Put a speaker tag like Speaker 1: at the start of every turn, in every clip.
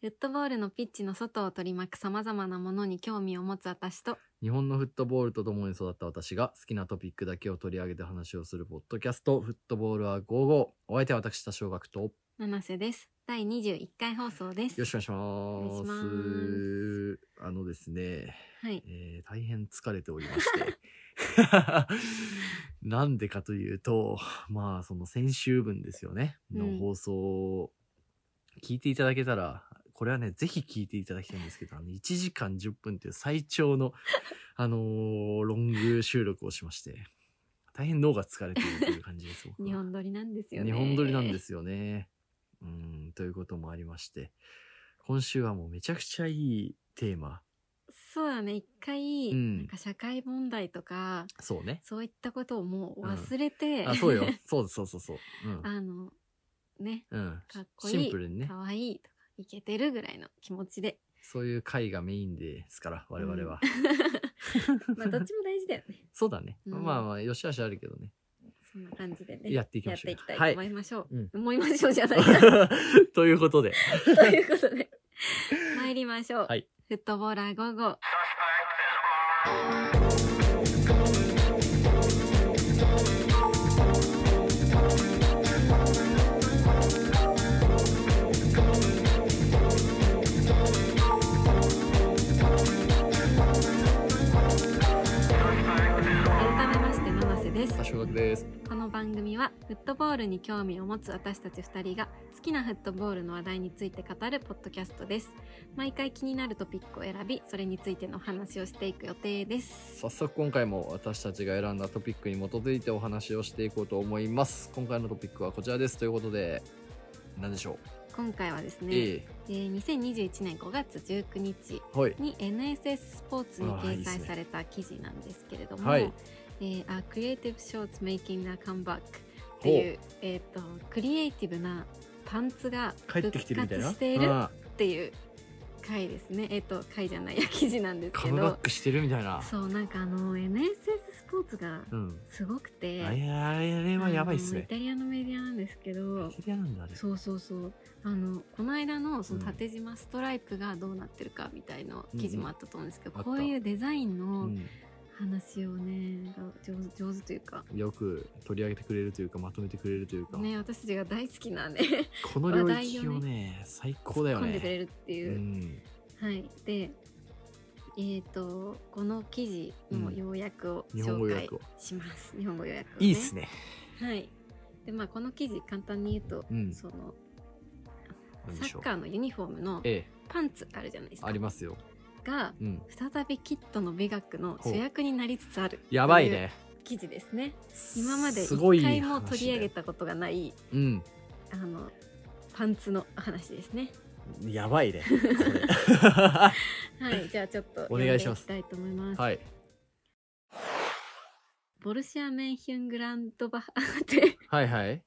Speaker 1: フットボールのピッチの外を取り巻く様々なものに興味を持つ私と、
Speaker 2: 日本のフットボールと共に育った私が好きなトピックだけを取り上げて話をするポッドキャスト、フットボールは55。お相手は私、田小学と、よ
Speaker 1: 七瀬です。第21回放送です。
Speaker 2: ろしくお願いします。
Speaker 1: お願いし
Speaker 2: あのですね、
Speaker 1: はい。
Speaker 2: えー大変疲れており まして。なんでかというと、まあ、その先週分ですよね、
Speaker 1: う
Speaker 2: の
Speaker 1: ん
Speaker 2: 放送を聞いていただけたら、これはね、ぜひ聞いていただきたいんですけど、あの1時間10分という最長 の、あのーロング収録をしまして、大変脳が疲れているという感じです。僕は
Speaker 1: 日本撮りなんですよね。。
Speaker 2: 日本撮りなんですすよね。うん、ということもありまして、今週はもうめちゃくちゃいいテーマ。
Speaker 1: そうだね。一回、
Speaker 2: うん
Speaker 1: なんか社会問題とか、
Speaker 2: そうね。
Speaker 1: そういったことをもう忘れて、
Speaker 2: あ、 そうよ。そうそうそうそう。
Speaker 1: あの、ね、
Speaker 2: うん。うん。
Speaker 1: かっこいい
Speaker 2: シンプルにね
Speaker 1: か。わいいとか、いけてるぐらいの気持ちで。
Speaker 2: そういう回がメインですから、我 々は。
Speaker 1: まあ、どっちも大事だよね。
Speaker 2: そうだね。
Speaker 1: うん
Speaker 2: まあまあ、よしあしあるけどね。
Speaker 1: そんな感じでね。
Speaker 2: やっていき
Speaker 1: や
Speaker 2: ま
Speaker 1: っ
Speaker 2: し
Speaker 1: てい
Speaker 2: ょうよ。
Speaker 1: きたいと思いましょう。
Speaker 2: うん
Speaker 1: 思いましょうじゃないな。
Speaker 2: はい。 ということで。
Speaker 1: ということで、参りましょう。
Speaker 2: はい
Speaker 1: フットボーラー5号。改めまして、七瀬です。
Speaker 2: 多少学です。
Speaker 1: この番組はフットボールに興味を持つ私たち2人が好きなフットボールの話題について語るポッドキャストです毎回気になるトピックを選びそれについてのお話をしていく予定です
Speaker 2: 早速今回も私たちが選んだトピックに基づいてお話をしていこうと思います。今回のトピックはこちらです。ということで、何でしょ
Speaker 1: 今回はです
Speaker 2: う。
Speaker 1: ね、
Speaker 2: ええ
Speaker 1: えー2021年5月19日
Speaker 2: はい。
Speaker 1: に NSS スポーツに掲載された記事なんですけれども「
Speaker 2: あーいいで
Speaker 1: えー A Creative Shorts Making a Comeback」っていう、えー、とクリエイティブなパンツが
Speaker 2: 帰
Speaker 1: 復
Speaker 2: ってきてるみたい
Speaker 1: 活
Speaker 2: な。
Speaker 1: している
Speaker 2: うん
Speaker 1: っていう回ですねえっ、と回じゃないや 記事なんです
Speaker 2: カ
Speaker 1: け
Speaker 2: ムバッ
Speaker 1: ど
Speaker 2: クしてるみたいな。
Speaker 1: そうなんかあの NSS スポーツが
Speaker 2: うん。
Speaker 1: すごく
Speaker 2: あ
Speaker 1: て
Speaker 2: れあれはやばいっす
Speaker 1: あのイ
Speaker 2: ね。
Speaker 1: タリアのメディアなんですけど
Speaker 2: イタリアなんだあれ。
Speaker 1: そうそうそうあのこの間のその
Speaker 2: うん
Speaker 1: 縦縞ストライプがどうなってるかみたいな記事もあったと思うんですけど、
Speaker 2: うんうん
Speaker 1: こういうデザイン
Speaker 2: う
Speaker 1: の
Speaker 2: ん
Speaker 1: 話をねなんか上手上手というか。
Speaker 2: よく取り上げてくれるというかまとめてくれるというか、
Speaker 1: ね、私たちが大好きなね
Speaker 2: この領域をね最高だよ
Speaker 1: 込ん
Speaker 2: ね
Speaker 1: でくれるっていうう、
Speaker 2: ん、
Speaker 1: はい、で、えっ、と、この記事の要約を
Speaker 2: 日本語
Speaker 1: 紹
Speaker 2: 予
Speaker 1: 介
Speaker 2: 約を
Speaker 1: します。日本語要約、
Speaker 2: いいっすね、
Speaker 1: はい。で、まあ、この記事、簡単に言うと、
Speaker 2: うん、
Speaker 1: その
Speaker 2: なんで
Speaker 1: サ
Speaker 2: し
Speaker 1: ッ
Speaker 2: ょう
Speaker 1: カーのユニフォームの
Speaker 2: ええ
Speaker 1: パンツあるじゃないですか。
Speaker 2: ありますよ、
Speaker 1: が、
Speaker 2: うん、
Speaker 1: 再びキットの美学の主役になりつつある。
Speaker 2: やばい。ね
Speaker 1: 記事ですね。今まで一
Speaker 2: すごい
Speaker 1: 回も取り上げ
Speaker 2: 話
Speaker 1: たことがない、
Speaker 2: だよ
Speaker 1: あの、パンツの話ですね。
Speaker 2: うんやばいね
Speaker 1: はい、じゃあちょっと
Speaker 2: お願いします
Speaker 1: 読んでいきたいと思います。
Speaker 2: はい
Speaker 1: ボルシア・メンヒュングランドバッハ って、
Speaker 2: はいはい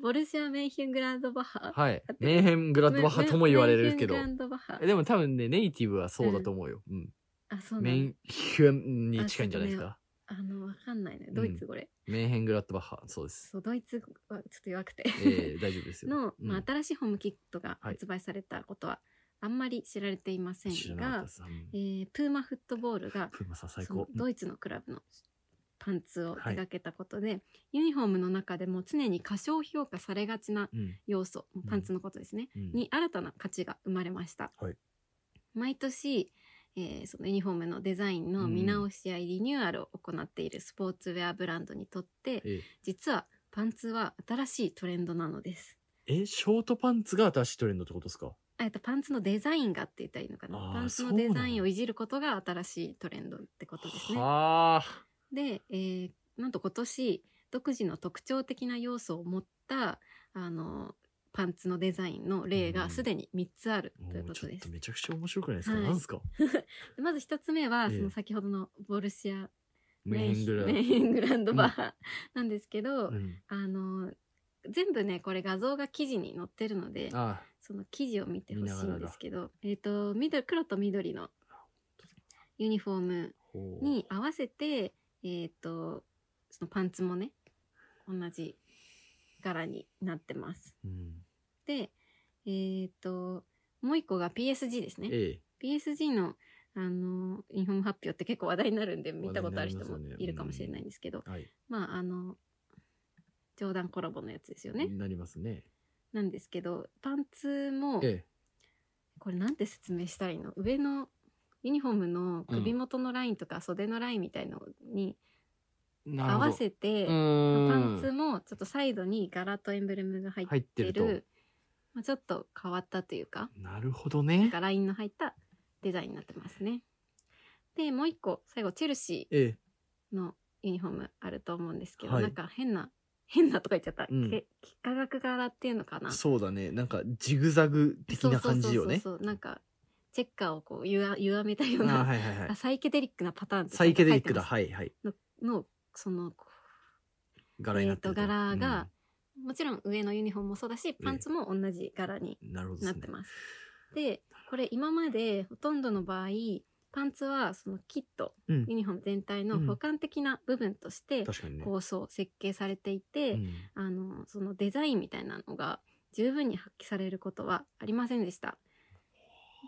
Speaker 1: ボルシア・メンヒュングランドバッハ。
Speaker 2: はい
Speaker 1: 合ってる
Speaker 2: メンヘングラッドバッハとも言われるけど
Speaker 1: メンヒュングランドバッハ
Speaker 2: え。でも多分ねネイティブはそうだと思うよ、うん
Speaker 1: あ、そうな
Speaker 2: メ
Speaker 1: の
Speaker 2: ンヒュンに近いんじゃないですか
Speaker 1: あの、わかんないね。ドイツ語で。
Speaker 2: メンヘングラッドバッハそうです、
Speaker 1: そう、ドイツ語はちょっと弱くて。
Speaker 2: ええ大丈夫ですよ
Speaker 1: の、
Speaker 2: うん
Speaker 1: まあ、新しいホームキットが
Speaker 2: はい
Speaker 1: 発売されたことは、あんまり知られていませ
Speaker 2: 知ら
Speaker 1: ん
Speaker 2: なかった
Speaker 1: が
Speaker 2: で、すうん
Speaker 1: えープーマフットボールが、
Speaker 2: プーマさん最
Speaker 1: その
Speaker 2: 高
Speaker 1: ドイツのクラブのパンツを手掛けたことで、ユニフォームの中でも常に過小評価されがちな
Speaker 2: うん
Speaker 1: 要素、パンツのことですね。
Speaker 2: うん
Speaker 1: に新たな価値が生まれました、
Speaker 2: はい
Speaker 1: 毎年、えーそのユニフォームのデザインの見直しやリニューアルを行っているスポーツウェアブランドにとって
Speaker 2: え
Speaker 1: 実はパンツは新しいトレンドなのです
Speaker 2: ええショートパンツが新しいトレンドってことですか
Speaker 1: あえっとパンツのデザインがって言ったらいいのかな
Speaker 2: あー
Speaker 1: パンツ
Speaker 2: そ
Speaker 1: の
Speaker 2: うな
Speaker 1: デ
Speaker 2: の
Speaker 1: ザインをいじることが新しいトレンドってことですね
Speaker 2: はあ
Speaker 1: で、えーなんと今年独自の特徴的な要素を持ったあのパンツのデザインの例
Speaker 2: う
Speaker 1: が
Speaker 2: ん
Speaker 1: すでに3つある
Speaker 2: も
Speaker 1: という
Speaker 2: う
Speaker 1: こ
Speaker 2: ち
Speaker 1: と
Speaker 2: ょっ
Speaker 1: です
Speaker 2: とめちゃくちゃ面白くないですか、
Speaker 1: はい
Speaker 2: なんですか
Speaker 1: でまず一つ目は、
Speaker 2: ええ
Speaker 1: その先ほどのボルシア
Speaker 2: メイングラ
Speaker 1: メイングランドバー、なんですけど、
Speaker 2: うん、
Speaker 1: あの全部ねこれ画像が記事に載ってるの で
Speaker 2: ああ
Speaker 1: その記事を見てほ
Speaker 2: 見な
Speaker 1: しい
Speaker 2: がら
Speaker 1: ん
Speaker 2: だ
Speaker 1: ですけどえっ、と緑黒と緑のユニフォーム
Speaker 2: ほう
Speaker 1: に合わせてえっ、とそのパンツもね同じ柄になってます。
Speaker 2: うん
Speaker 1: でえっ、ともう一個が PSG ですね。
Speaker 2: え
Speaker 1: PSG の、あのー、ユニフォーム発表って結構話題になるんで、見たことある人
Speaker 2: 話題
Speaker 1: も
Speaker 2: になりますよね
Speaker 1: いるかもしれないんですけど、
Speaker 2: え。はい。
Speaker 1: まあ、あの、冗談コラボのやつですよね。
Speaker 2: なりますね。
Speaker 1: なんですけど、パンツも、
Speaker 2: え
Speaker 1: これなんて説明したらいいの上の、ユニフォームの首元のラインとか袖のラインみたいのに
Speaker 2: え。な
Speaker 1: 合わせて、
Speaker 2: て
Speaker 1: まあパンツ
Speaker 2: パン
Speaker 1: もちょっとサイドに柄とエンブレムが入っ
Speaker 2: 入って
Speaker 1: て
Speaker 2: る
Speaker 1: る、
Speaker 2: と。
Speaker 1: まあ、ちょっと変わったというか、
Speaker 2: なるほど
Speaker 1: なん
Speaker 2: ね
Speaker 1: か。ラインの入ったデザインになってますね。で、もう一個、最後、チェルシ
Speaker 2: ええ。
Speaker 1: ーのユニフォームあると思うんですけど、
Speaker 2: はい
Speaker 1: なんか変な、 変なとか言っちゃった。
Speaker 2: うん
Speaker 1: け幾何学柄っていうのかな。
Speaker 2: そうだね。なんかジグザグ的な感じよね。
Speaker 1: そうそうそうそうなんか、チェッカーをこう、ゆわ、ゆわめたよ
Speaker 2: あ
Speaker 1: う
Speaker 2: ー
Speaker 1: な、
Speaker 2: はいはいは
Speaker 1: あ
Speaker 2: い。
Speaker 1: サイケデリックなパターンって
Speaker 2: サイケデリックだ。
Speaker 1: 書いて
Speaker 2: はいはい。
Speaker 1: ますの、の、その、
Speaker 2: 柄になってると。
Speaker 1: えーと柄がもちろん上のユニフォームもそうだし、パンツも同じ柄に
Speaker 2: うん。なるほど
Speaker 1: な
Speaker 2: で
Speaker 1: っ
Speaker 2: すね
Speaker 1: て。ます。で、これ今までほとんどの場合、パンツはそのキット、
Speaker 2: うん
Speaker 1: ユニフォーム全体の
Speaker 2: うん
Speaker 1: 補完的な部分として
Speaker 2: 確かにね。
Speaker 1: 構想、設計されていて、
Speaker 2: うん
Speaker 1: あの、そのデザインみたいなのが十分に発揮されることはありませんでした。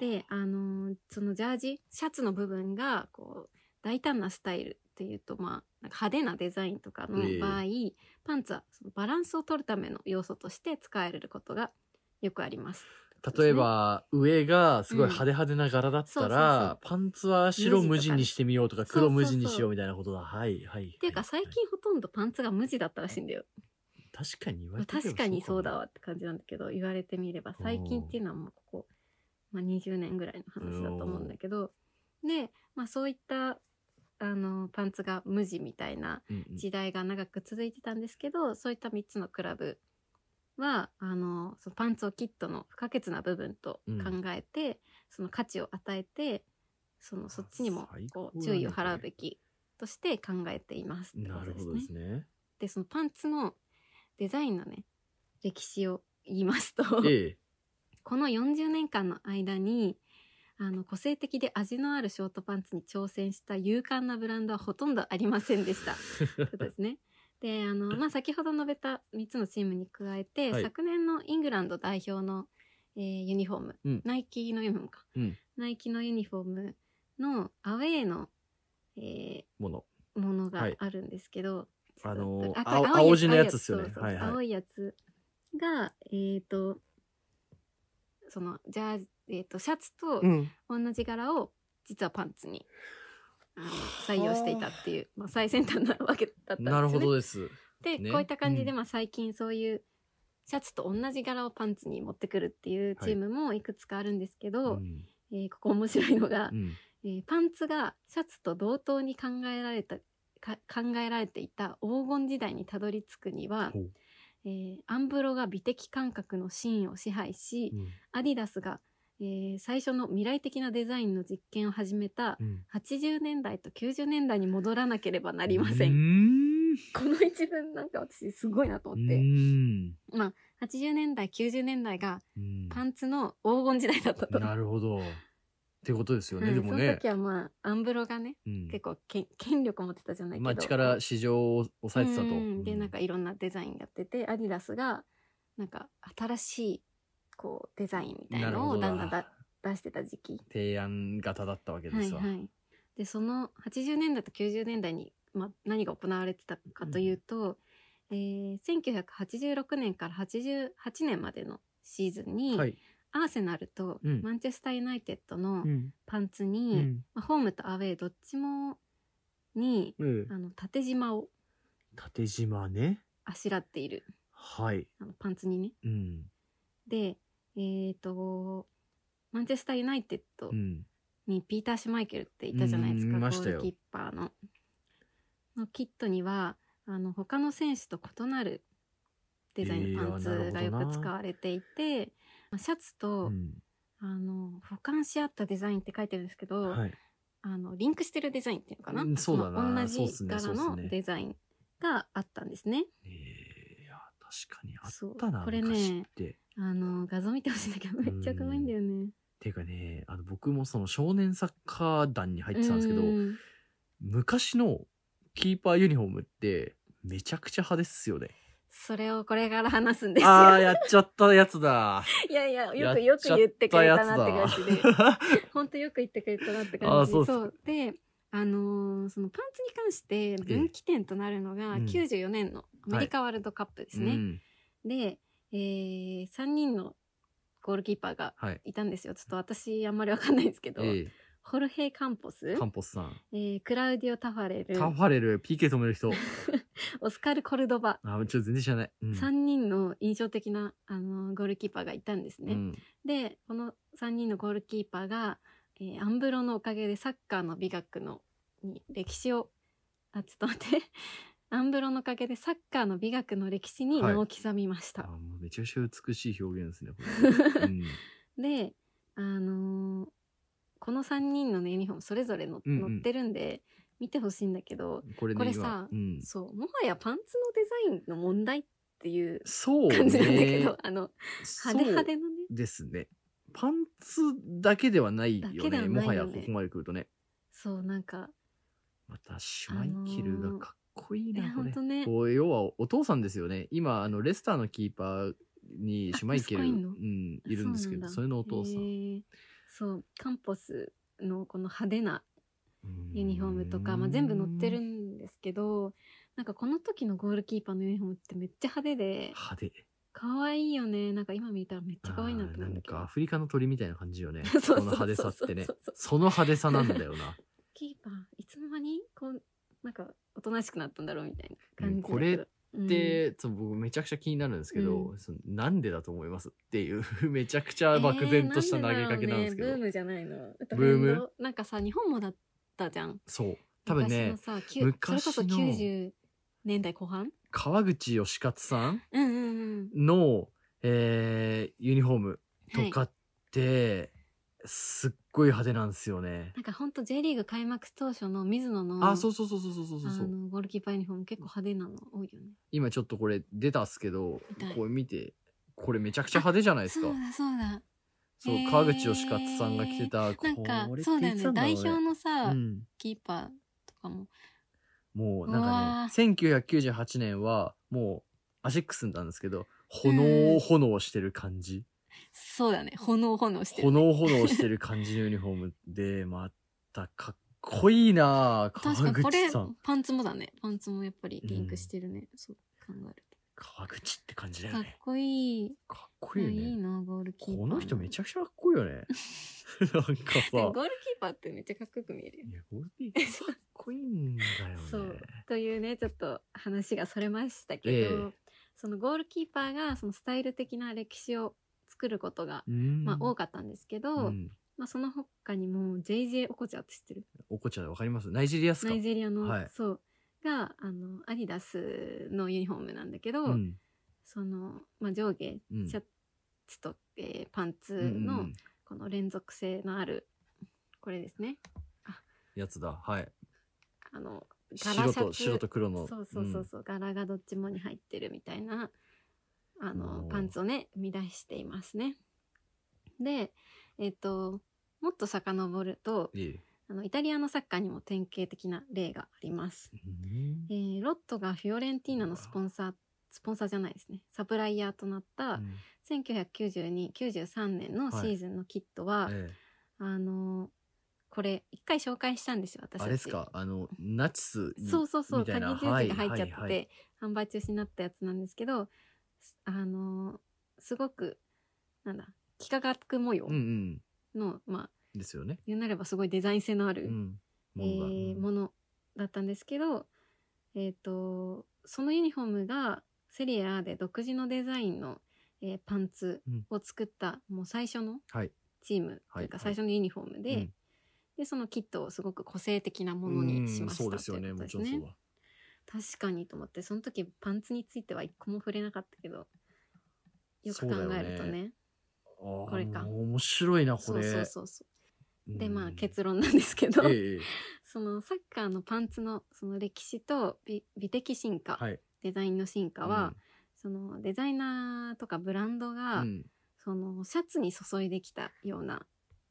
Speaker 1: で、あの、そのジャージ、シャツの部分が、こう、大胆なスタイルっていうと、まあ、なんか派手なデザインとかの
Speaker 2: ええ
Speaker 1: 場合、パンツはそのバランスを取るための要素として使えることがよくあります。
Speaker 2: 例えば、上がすごい
Speaker 1: うん
Speaker 2: 派手派手な柄だった
Speaker 1: そうそうそ
Speaker 2: ら
Speaker 1: う、
Speaker 2: パンツは白無地にしてみようとか、
Speaker 1: そうそうそ
Speaker 2: 黒
Speaker 1: う
Speaker 2: 無地にしようみたいなことだ。はいはい。
Speaker 1: っていうか最近ほとんどパンツが無地だったらしいんだよ。
Speaker 2: 確かに言
Speaker 1: ま
Speaker 2: わ
Speaker 1: あ
Speaker 2: れてみれば
Speaker 1: 確かにそうだ
Speaker 2: も
Speaker 1: わって感じなんだけど、言われてみれば最近っていうのはもうここ、まあ、20年ぐらいの話だと思うんだけど、で、まあそういった、あの、パンツが無地みたいな
Speaker 2: うんうん
Speaker 1: 時代が長く続いてたんですけど、そういった3つのクラブは、あの、そのパンツをキットの不可欠な部分と考えて、その価値を与えて、そのそっちにも
Speaker 2: 最高
Speaker 1: こ
Speaker 2: だ
Speaker 1: う
Speaker 2: ね
Speaker 1: 注意を払うべきとして考えていますってこ
Speaker 2: な
Speaker 1: と
Speaker 2: る
Speaker 1: で
Speaker 2: ほ
Speaker 1: す
Speaker 2: ど
Speaker 1: ね
Speaker 2: で。すね。
Speaker 1: でそのパンツのデザインのね歴史を言いますと
Speaker 2: え
Speaker 1: この40年間の間にあの個性的で味のあるショートパンツに挑戦した勇敢なブランドはほとんどありませんでした。ということですね。であの、まあ、先ほど述べた3つのチームに加えて、
Speaker 2: はい
Speaker 1: 昨年のイングランド代表の、えーユニフォーム、
Speaker 2: うん
Speaker 1: ナイキのユニフォームか、
Speaker 2: うん
Speaker 1: ナイキのユニフォームのアウェーの、えー
Speaker 2: え、 もの。
Speaker 1: ものが
Speaker 2: はい
Speaker 1: あるんですけど、
Speaker 2: あのー
Speaker 1: ちょっと赤
Speaker 2: 青
Speaker 1: い
Speaker 2: 青地のやつっすよね
Speaker 1: 青いやつそうそう
Speaker 2: はいはい
Speaker 1: 青いやつが、えっ、と、その、じゃあ、えっ、と、シャツと
Speaker 2: ん。
Speaker 1: 同じ柄を、実はパンツに、あの採用していたっていう、まあ、最先端なわけだったんですよ、ね。
Speaker 2: なるほどです。
Speaker 1: で、
Speaker 2: ね
Speaker 1: こういった感じで、
Speaker 2: うん
Speaker 1: まあ、最近そういう、シャツと同じ柄をパンツに持ってくるっていうチームもいくつかあるんですけ
Speaker 2: う
Speaker 1: ど、
Speaker 2: ん
Speaker 1: えーここ面白いのが
Speaker 2: う、ん
Speaker 1: えーパンツがシャツと同等に考えられたか考えられていた黄金時代にたどり着くには
Speaker 2: ほう、
Speaker 1: えーアンブロが美的感覚のシーンを支配し、
Speaker 2: うん
Speaker 1: アディダスが、えー最初の未来的なデザインの実験を始めた
Speaker 2: うん
Speaker 1: 80年代と90年代に戻らなければなりませ。
Speaker 2: うんん。
Speaker 1: この一文なんか私すごいなと思って、
Speaker 2: うん
Speaker 1: 80年代90年代が
Speaker 2: うん
Speaker 1: パンツの黄金時代だったと。
Speaker 2: なるほど。ってことですよね。
Speaker 1: うん
Speaker 2: でも
Speaker 1: その
Speaker 2: ね
Speaker 1: 時。はまあアンブロがね
Speaker 2: うん
Speaker 1: 結構けん権力持ってたじゃないけど、
Speaker 2: まあ力、市場を抑えてたと
Speaker 1: う。んでなんか
Speaker 2: う
Speaker 1: いろんなデザインやっててアディダスがなんか新しいこうデザインみたい
Speaker 2: なる
Speaker 1: の
Speaker 2: ほ
Speaker 1: を
Speaker 2: ど
Speaker 1: だんだんだ
Speaker 2: だ。
Speaker 1: 出してた時期
Speaker 2: 提案型だったわけで
Speaker 1: はい
Speaker 2: すわ。
Speaker 1: はいでその80年代と90年代に、まあ、何が行われてたかというと、えー1986年から88年までのシーズンに、
Speaker 2: はい。
Speaker 1: アーセナルと
Speaker 2: うん
Speaker 1: マンチェスター・ユナイテッドの
Speaker 2: うん
Speaker 1: パンツに、まあホームとアウェーどっちもに
Speaker 2: うん
Speaker 1: あの縦じまを
Speaker 2: 縦縞ね。
Speaker 1: あしらっている
Speaker 2: はい。
Speaker 1: あのパンツにね
Speaker 2: うん。
Speaker 1: で、えっ、と、マンチェスターユナイテッド
Speaker 2: うん。
Speaker 1: にピーター・シュマイケルっていたじゃないです
Speaker 2: う
Speaker 1: か、
Speaker 2: んい
Speaker 1: ゴ
Speaker 2: まし
Speaker 1: ー
Speaker 2: たよ
Speaker 1: ルキッパーの。のキットには、あの、他の選手と異なるデザインのパンツ
Speaker 2: えーな
Speaker 1: が
Speaker 2: る
Speaker 1: よ
Speaker 2: ほどな
Speaker 1: く使われていて、まあシャツと、
Speaker 2: うん
Speaker 1: あの、補完し合ったデザインって書いてるんですけど、
Speaker 2: はい。
Speaker 1: あの、リンクしてるデザインっていうのかな、
Speaker 2: うんそうだな
Speaker 1: まあ
Speaker 2: そ
Speaker 1: 同
Speaker 2: うっす
Speaker 1: じ
Speaker 2: ね
Speaker 1: 柄
Speaker 2: そうっす
Speaker 1: の
Speaker 2: ね
Speaker 1: デザインがあったんですね。
Speaker 2: えーいや、確かにあ
Speaker 1: そう
Speaker 2: ったな、
Speaker 1: これね
Speaker 2: 昔って。っ
Speaker 1: あの、画像見てほしいんだけど、めっちゃ可愛いんだよね。
Speaker 2: ていうかね、あの、僕もその少年サッカー団に入ってたんですけど、
Speaker 1: うん
Speaker 2: 昔のキーパーユニフォームって、めちゃくちゃ派ですよね。
Speaker 1: それをこれから話すんです
Speaker 2: あ
Speaker 1: よ。
Speaker 2: あ、やっちゃったやつだ。
Speaker 1: いやいや、
Speaker 2: や
Speaker 1: よ
Speaker 2: っ
Speaker 1: くよく言ってくれたなって感じで。
Speaker 2: ちゃったやつだ
Speaker 1: 本当よく言ってくれたなって
Speaker 2: あ
Speaker 1: 感
Speaker 2: ー
Speaker 1: じ
Speaker 2: そうっすか
Speaker 1: そうであのーそのパンツに関して分岐点となるのが
Speaker 2: ええうん
Speaker 1: 94年のアメリカワールドカップですね、
Speaker 2: うん。
Speaker 1: で、えー、3人のゴールキーパーが
Speaker 2: はい。
Speaker 1: いたんですよちょっと私あんまりわかんないんですけど、
Speaker 2: え
Speaker 1: ホルヘイ・カンポス
Speaker 2: え、カンポスさん。
Speaker 1: えークラウディオ・タファレル
Speaker 2: タンファレル、PK 止める人。
Speaker 1: オスカル・コルドバ、
Speaker 2: あ、ちょっと全然知らない。うん
Speaker 1: 3人の印象的な、あのーゴールキーパーがいたんですね、
Speaker 2: うん
Speaker 1: でこの3人のゴールキーパーが、えーアンブロのおかげでサッカーの美学のに歴史をあちょっと待って アンブロのおかげでサッカーの美学の歴史に名を刻みました、
Speaker 2: あーもうめちゃくちゃ美しい表現ですね。こ れうん
Speaker 1: であのーこの3人の、ね、ユニフォームそれぞれの、
Speaker 2: うんうん
Speaker 1: 載ってるんで見てほしいんだけど
Speaker 2: これ
Speaker 1: こ
Speaker 2: ね、
Speaker 1: れ
Speaker 2: 今
Speaker 1: さ。
Speaker 2: うん
Speaker 1: そうもはやパンツのデザインの問題っていう
Speaker 2: そう
Speaker 1: 感じなんだけ
Speaker 2: ね
Speaker 1: ど、。あの
Speaker 2: そう
Speaker 1: 派手派手のね
Speaker 2: ですね。パンツだけではない
Speaker 1: だ
Speaker 2: よ
Speaker 1: けでは
Speaker 2: ね。
Speaker 1: ないよね
Speaker 2: もはやここまで来るとね。
Speaker 1: そうなんか
Speaker 2: またシュマイケルがかっこいい
Speaker 1: いや
Speaker 2: な、こ
Speaker 1: ほん
Speaker 2: れ
Speaker 1: と。ね
Speaker 2: こう要はお父さんですよね。今、あの、レスターのキーパーにシュマイケル、
Speaker 1: あ
Speaker 2: う
Speaker 1: 息子いんの
Speaker 2: ん、いるんですけ
Speaker 1: う
Speaker 2: ど、
Speaker 1: なんだ
Speaker 2: それのお父さ
Speaker 1: へ
Speaker 2: ん。
Speaker 1: ーそうカンポスのこの派手なユニフォームとか、ま
Speaker 2: う
Speaker 1: あ、
Speaker 2: ん
Speaker 1: 全部載ってる。んですけどなんかこの時のゴールキーパーのユニフォームってめっちゃ派手で
Speaker 2: 派手。
Speaker 1: 可愛いよねなんか今見たらめっちゃ可愛いなと思
Speaker 2: あー
Speaker 1: うん
Speaker 2: な
Speaker 1: だ
Speaker 2: ん
Speaker 1: けど
Speaker 2: かアフリカの鳥みたいな感じよ ね
Speaker 1: そうそう
Speaker 2: この派手さってね
Speaker 1: そうそうそう
Speaker 2: その派手さなんだよな、
Speaker 1: キーパーいつの間にこうなんかおとなしくなったんだろうみたいな感じだけど、
Speaker 2: うんこれ
Speaker 1: うん
Speaker 2: でちょっと僕めちゃくちゃ気になるんですけど、
Speaker 1: う
Speaker 2: そのなんでだと思いますっていう めちゃくちゃ漠然とした投げかけなんですけど、
Speaker 1: えーなんでだろうねブームじゃないのト
Speaker 2: ブーム
Speaker 1: レンドなんかさ日本もだったじゃん
Speaker 2: そう多分ね
Speaker 1: 昔のさきゅそれこそ
Speaker 2: 昔の
Speaker 1: 90年代後半
Speaker 2: 川口義勝さん
Speaker 1: うんうんうん
Speaker 2: の、えーユニフォームとか
Speaker 1: はい、
Speaker 2: って、すっごい派手なんですよね
Speaker 1: なんかほんと J リーグ開幕当初の水野の
Speaker 2: あそうそうそうそうそうそうそう
Speaker 1: あのゴールキーパーユニフォーム結構派手なの多いよね
Speaker 2: 今ちょっとこれ出たっすけど
Speaker 1: 痛い
Speaker 2: これ見てこれめちゃくちゃ派手じゃないです
Speaker 1: そ
Speaker 2: か
Speaker 1: うだそうだ
Speaker 2: そう、
Speaker 1: へー
Speaker 2: 川口義勝さんが着てた、
Speaker 1: なんか
Speaker 2: これ
Speaker 1: そうだよ
Speaker 2: 着
Speaker 1: ね
Speaker 2: てたん
Speaker 1: 代表
Speaker 2: 俺
Speaker 1: のさ、
Speaker 2: うん、
Speaker 1: キーパーとかも
Speaker 2: もうなん
Speaker 1: う
Speaker 2: か
Speaker 1: わ
Speaker 2: ね、1998年はもうアシックスなんですけど、
Speaker 1: う
Speaker 2: 炎、
Speaker 1: ん
Speaker 2: 炎してる感じ。
Speaker 1: そうだね炎炎してる
Speaker 2: 炎、炎してる感じのユニフォームで、 またかっこいいなぁ
Speaker 1: 確か
Speaker 2: 川
Speaker 1: にこれ
Speaker 2: 口さん。
Speaker 1: パンツもだねパンツもやっぱりリンクしてるね、そう考える
Speaker 2: 川口って感じだ
Speaker 1: と
Speaker 2: よ
Speaker 1: かっ
Speaker 2: ね。
Speaker 1: こいい
Speaker 2: かっこいいよ
Speaker 1: いやいい
Speaker 2: ね。
Speaker 1: なゴールキーパー
Speaker 2: この人め
Speaker 1: ゃ
Speaker 2: ちゃくちゃかっこいいよね。 なんかさ、い
Speaker 1: ゴー
Speaker 2: や
Speaker 1: ルキーパーってめっちゃかっこよく見えるよね
Speaker 2: ゴールキーパーかっこいいんだよね。
Speaker 1: そうというねちょっと話がそれましたけど、
Speaker 2: ええ
Speaker 1: そのゴールキーパーがそのスタイル的な歴史を作ることが、
Speaker 2: うん。
Speaker 1: まあ、多かったんですけど、
Speaker 2: うん
Speaker 1: まあ、その他にも JJ オコチャって知ってる
Speaker 2: おこちゃんわかりますナイジェリアっすか
Speaker 1: ナイジェリアの、
Speaker 2: はい
Speaker 1: そうがあのアディダスのユニフォームなんだけど、
Speaker 2: うん
Speaker 1: その、まあ、上下
Speaker 2: うん
Speaker 1: シャツと、えーパンツ
Speaker 2: うんうんう
Speaker 1: の
Speaker 2: ん
Speaker 1: この連続性のあるこれですね
Speaker 2: やつだはい
Speaker 1: あの柄
Speaker 2: 白
Speaker 1: シャ
Speaker 2: と
Speaker 1: ツ
Speaker 2: 白と黒の
Speaker 1: そうそうそうそう、柄がどっちもに入ってるみたいなあの
Speaker 2: おー
Speaker 1: パンツをね生み出していますね。でえっ、ともっと遡ると
Speaker 2: うんいい
Speaker 1: あのイタリアのサッカーにも典型的な例があります。
Speaker 2: うん
Speaker 1: えーロットがフィオレンティーナのスポンサースポンサーじゃないですねサプライヤーとなった
Speaker 2: うん
Speaker 1: 199293年のシーズンのキットは、
Speaker 2: ええ
Speaker 1: あのこれ一回紹介したんですよ私たち。
Speaker 2: あれですかあのナチスに
Speaker 1: そうそうそう
Speaker 2: みたい
Speaker 1: 鍵
Speaker 2: な
Speaker 1: 十字が入っちゃって、
Speaker 2: はいはいはい
Speaker 1: 販売中止になったやつなんですけどすあのーすごくなんだ幾何学模様
Speaker 2: うんうん
Speaker 1: の、まあ
Speaker 2: ですよね
Speaker 1: 言うなればすごいデザイン性のあ
Speaker 2: う
Speaker 1: る、
Speaker 2: ん
Speaker 1: え
Speaker 2: ものが
Speaker 1: ーものだったんですけどえっ、とそのユニフォームがセリエ A で独自のデザインの、えーパンツを作った、もう最初の
Speaker 2: はい
Speaker 1: チームというか
Speaker 2: はい
Speaker 1: 最初のユニフォームで、
Speaker 2: うん
Speaker 1: でそのキットをすごく個性的なものにしました
Speaker 2: うんそうですよ
Speaker 1: とい
Speaker 2: ね
Speaker 1: うこ
Speaker 2: も
Speaker 1: と
Speaker 2: ちろんそうだ
Speaker 1: 確かにと思ってその時パンツについては一個も触れなかったけどよく
Speaker 2: そう
Speaker 1: 考
Speaker 2: だよね
Speaker 1: えるとね
Speaker 2: こ
Speaker 1: これか
Speaker 2: 面白いなこ
Speaker 1: そう
Speaker 2: れ
Speaker 1: そうそうそう
Speaker 2: うん
Speaker 1: でまあ結論なんですけど、
Speaker 2: ええええ
Speaker 1: そのサッカーのパンツのその歴史と美美的進化、
Speaker 2: はい
Speaker 1: デザインの進化は、そのデザイナーとかブランド
Speaker 2: うん
Speaker 1: が、
Speaker 2: うん
Speaker 1: そのシャツに注いできたような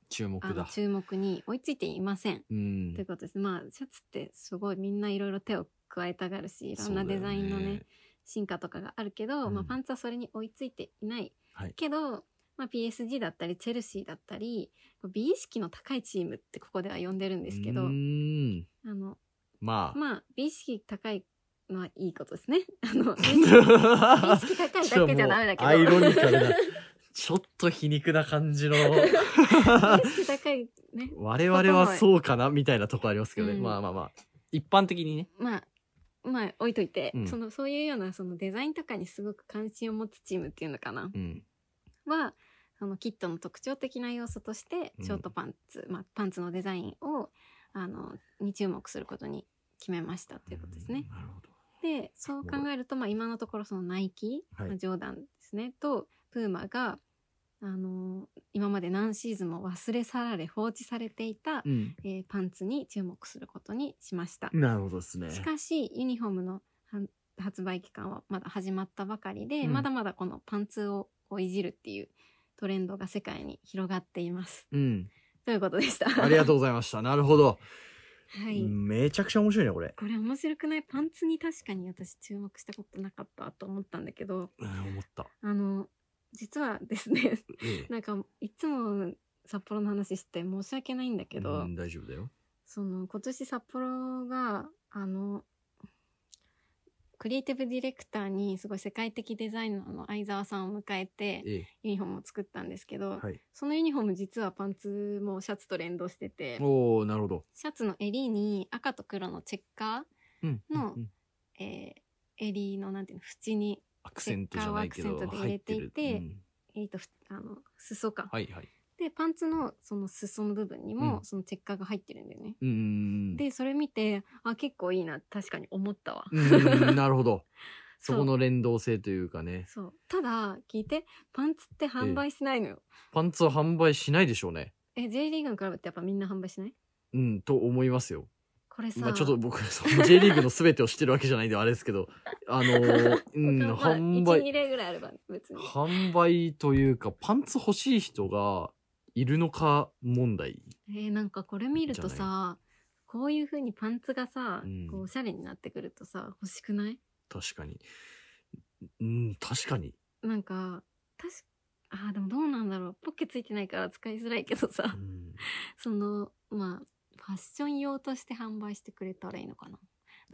Speaker 2: 注目
Speaker 1: あの
Speaker 2: だ
Speaker 1: 注目に追いついていません、
Speaker 2: うん
Speaker 1: ということですまあシャツってすごいみんないろいろ手を加えたがるしいろんなデザインのね進化とかがあるけど、
Speaker 2: うん
Speaker 1: まあ、パンツはそれに追いついていない
Speaker 2: はい。
Speaker 1: けど、まあ、PSG だったりチェルシーだったりこう美意識の高いチームってここでは呼んでるんですけ
Speaker 2: う
Speaker 1: ど
Speaker 2: ーん。
Speaker 1: あの
Speaker 2: まあ。
Speaker 1: まあ美意識高いのはいいことですね。 あ の美意識美意
Speaker 2: ち
Speaker 1: 識高い
Speaker 2: ょ
Speaker 1: だ
Speaker 2: っと
Speaker 1: けじ
Speaker 2: も
Speaker 1: ゃ
Speaker 2: う
Speaker 1: ダメだけど
Speaker 2: アイロニカルな。ちょっと皮肉な感じの。
Speaker 1: 美意識高いね
Speaker 2: 我々はそうかなみたいなとこありますけどね。
Speaker 1: うん
Speaker 2: まあまあまあ。一般的にね。
Speaker 1: まあまあ置いといて、
Speaker 2: うん
Speaker 1: そのそういうようなそのデザインとかにすごく関心を持つチームっていうのかな、
Speaker 2: うん。
Speaker 1: はそのキットの特徴的な要素として
Speaker 2: うん
Speaker 1: ショートパンツ、まあ、パンツのデザインをあのに注目することに決めましたっていうことですね。
Speaker 2: なるほど。
Speaker 1: でそう考えると、まあ、今のところそのナイキ、
Speaker 2: はい
Speaker 1: まあジョーダンですねとプーマが、あの今まで何シーズンも忘れ去られ放置されていた、
Speaker 2: うん。
Speaker 1: えーパンツに注目することにしました。
Speaker 2: なるほどですね。
Speaker 1: しかしユニフォームのは発売期間はまだ始まったばかりで、
Speaker 2: うん
Speaker 1: まだまだこのパンツをこういじるっていうトレンドが世界に広がっています。
Speaker 2: うん。
Speaker 1: ということでした。
Speaker 2: ありがとうございました。なるほど。
Speaker 1: はい、
Speaker 2: めちゃくちゃ面白いね、これ。
Speaker 1: これ面白くないパンツに確かに私注目したことなかったと思ったんだけど
Speaker 2: うん思った。
Speaker 1: あの実はですね
Speaker 2: ええ
Speaker 1: なんかいつも札幌の話して申し訳ないんだけど、
Speaker 2: うん大丈夫だよ。
Speaker 1: その今年札幌があのクリエイティブディレクターにすごい世界的デザイナーの相沢さんを迎えて
Speaker 2: ええ
Speaker 1: ユニフォームを作ったんですけど、
Speaker 2: はい。
Speaker 1: そのユニフォーム実はパンツもシャツと連動してて
Speaker 2: おおなるほど。
Speaker 1: シャツの襟に赤と黒のチェッカ
Speaker 2: うん。
Speaker 1: の
Speaker 2: うんうん
Speaker 1: ー、えー襟のなんていうの縁に、
Speaker 2: アクセントじゃないけ
Speaker 1: チェ
Speaker 2: ど
Speaker 1: ッカーをアクセントで入れていて
Speaker 2: 入ってるうん
Speaker 1: えー、とふあの裾か、
Speaker 2: はいはい。
Speaker 1: でパンツのその裾の部分にも
Speaker 2: うん
Speaker 1: そのチェッカーが入ってるんだよね、
Speaker 2: うーん。
Speaker 1: でそれ見てあ結構いいな確かに思ったわ、
Speaker 2: うーんなるほど。
Speaker 1: そ
Speaker 2: そうこの連動性というかね。
Speaker 1: そう。ただ、聞いて、パンツって販売しないのよ。
Speaker 2: パンツは販売しないでしょうね。
Speaker 1: え、J リーグのクラブってやっぱみんな販売しない
Speaker 2: うん、と思いますよ。
Speaker 1: これさ、
Speaker 2: まあちょっと僕、その J リーグの全てを知ってるわけじゃないんであれですけど、あの ー、う
Speaker 1: 他
Speaker 2: ん、
Speaker 1: まあ1、
Speaker 2: 販
Speaker 1: 2
Speaker 2: 売、
Speaker 1: 例ぐらいあれば別に。
Speaker 2: 販売というか、パンツ欲しい人がいるのか問題。
Speaker 1: えーなんかこれ見ると
Speaker 2: じゃ
Speaker 1: さ、こういう風にパンツがさ、
Speaker 2: うん
Speaker 1: こうおしゃれになってくるとさ、欲しくない
Speaker 2: 確かに。うん、確かに。
Speaker 1: なんか、確か、あーでもどうなんだろう。ポッケついてないから使いづらいけどさ、
Speaker 2: うん
Speaker 1: その、まあ、ファッション用として販売してくれたらいいのかな。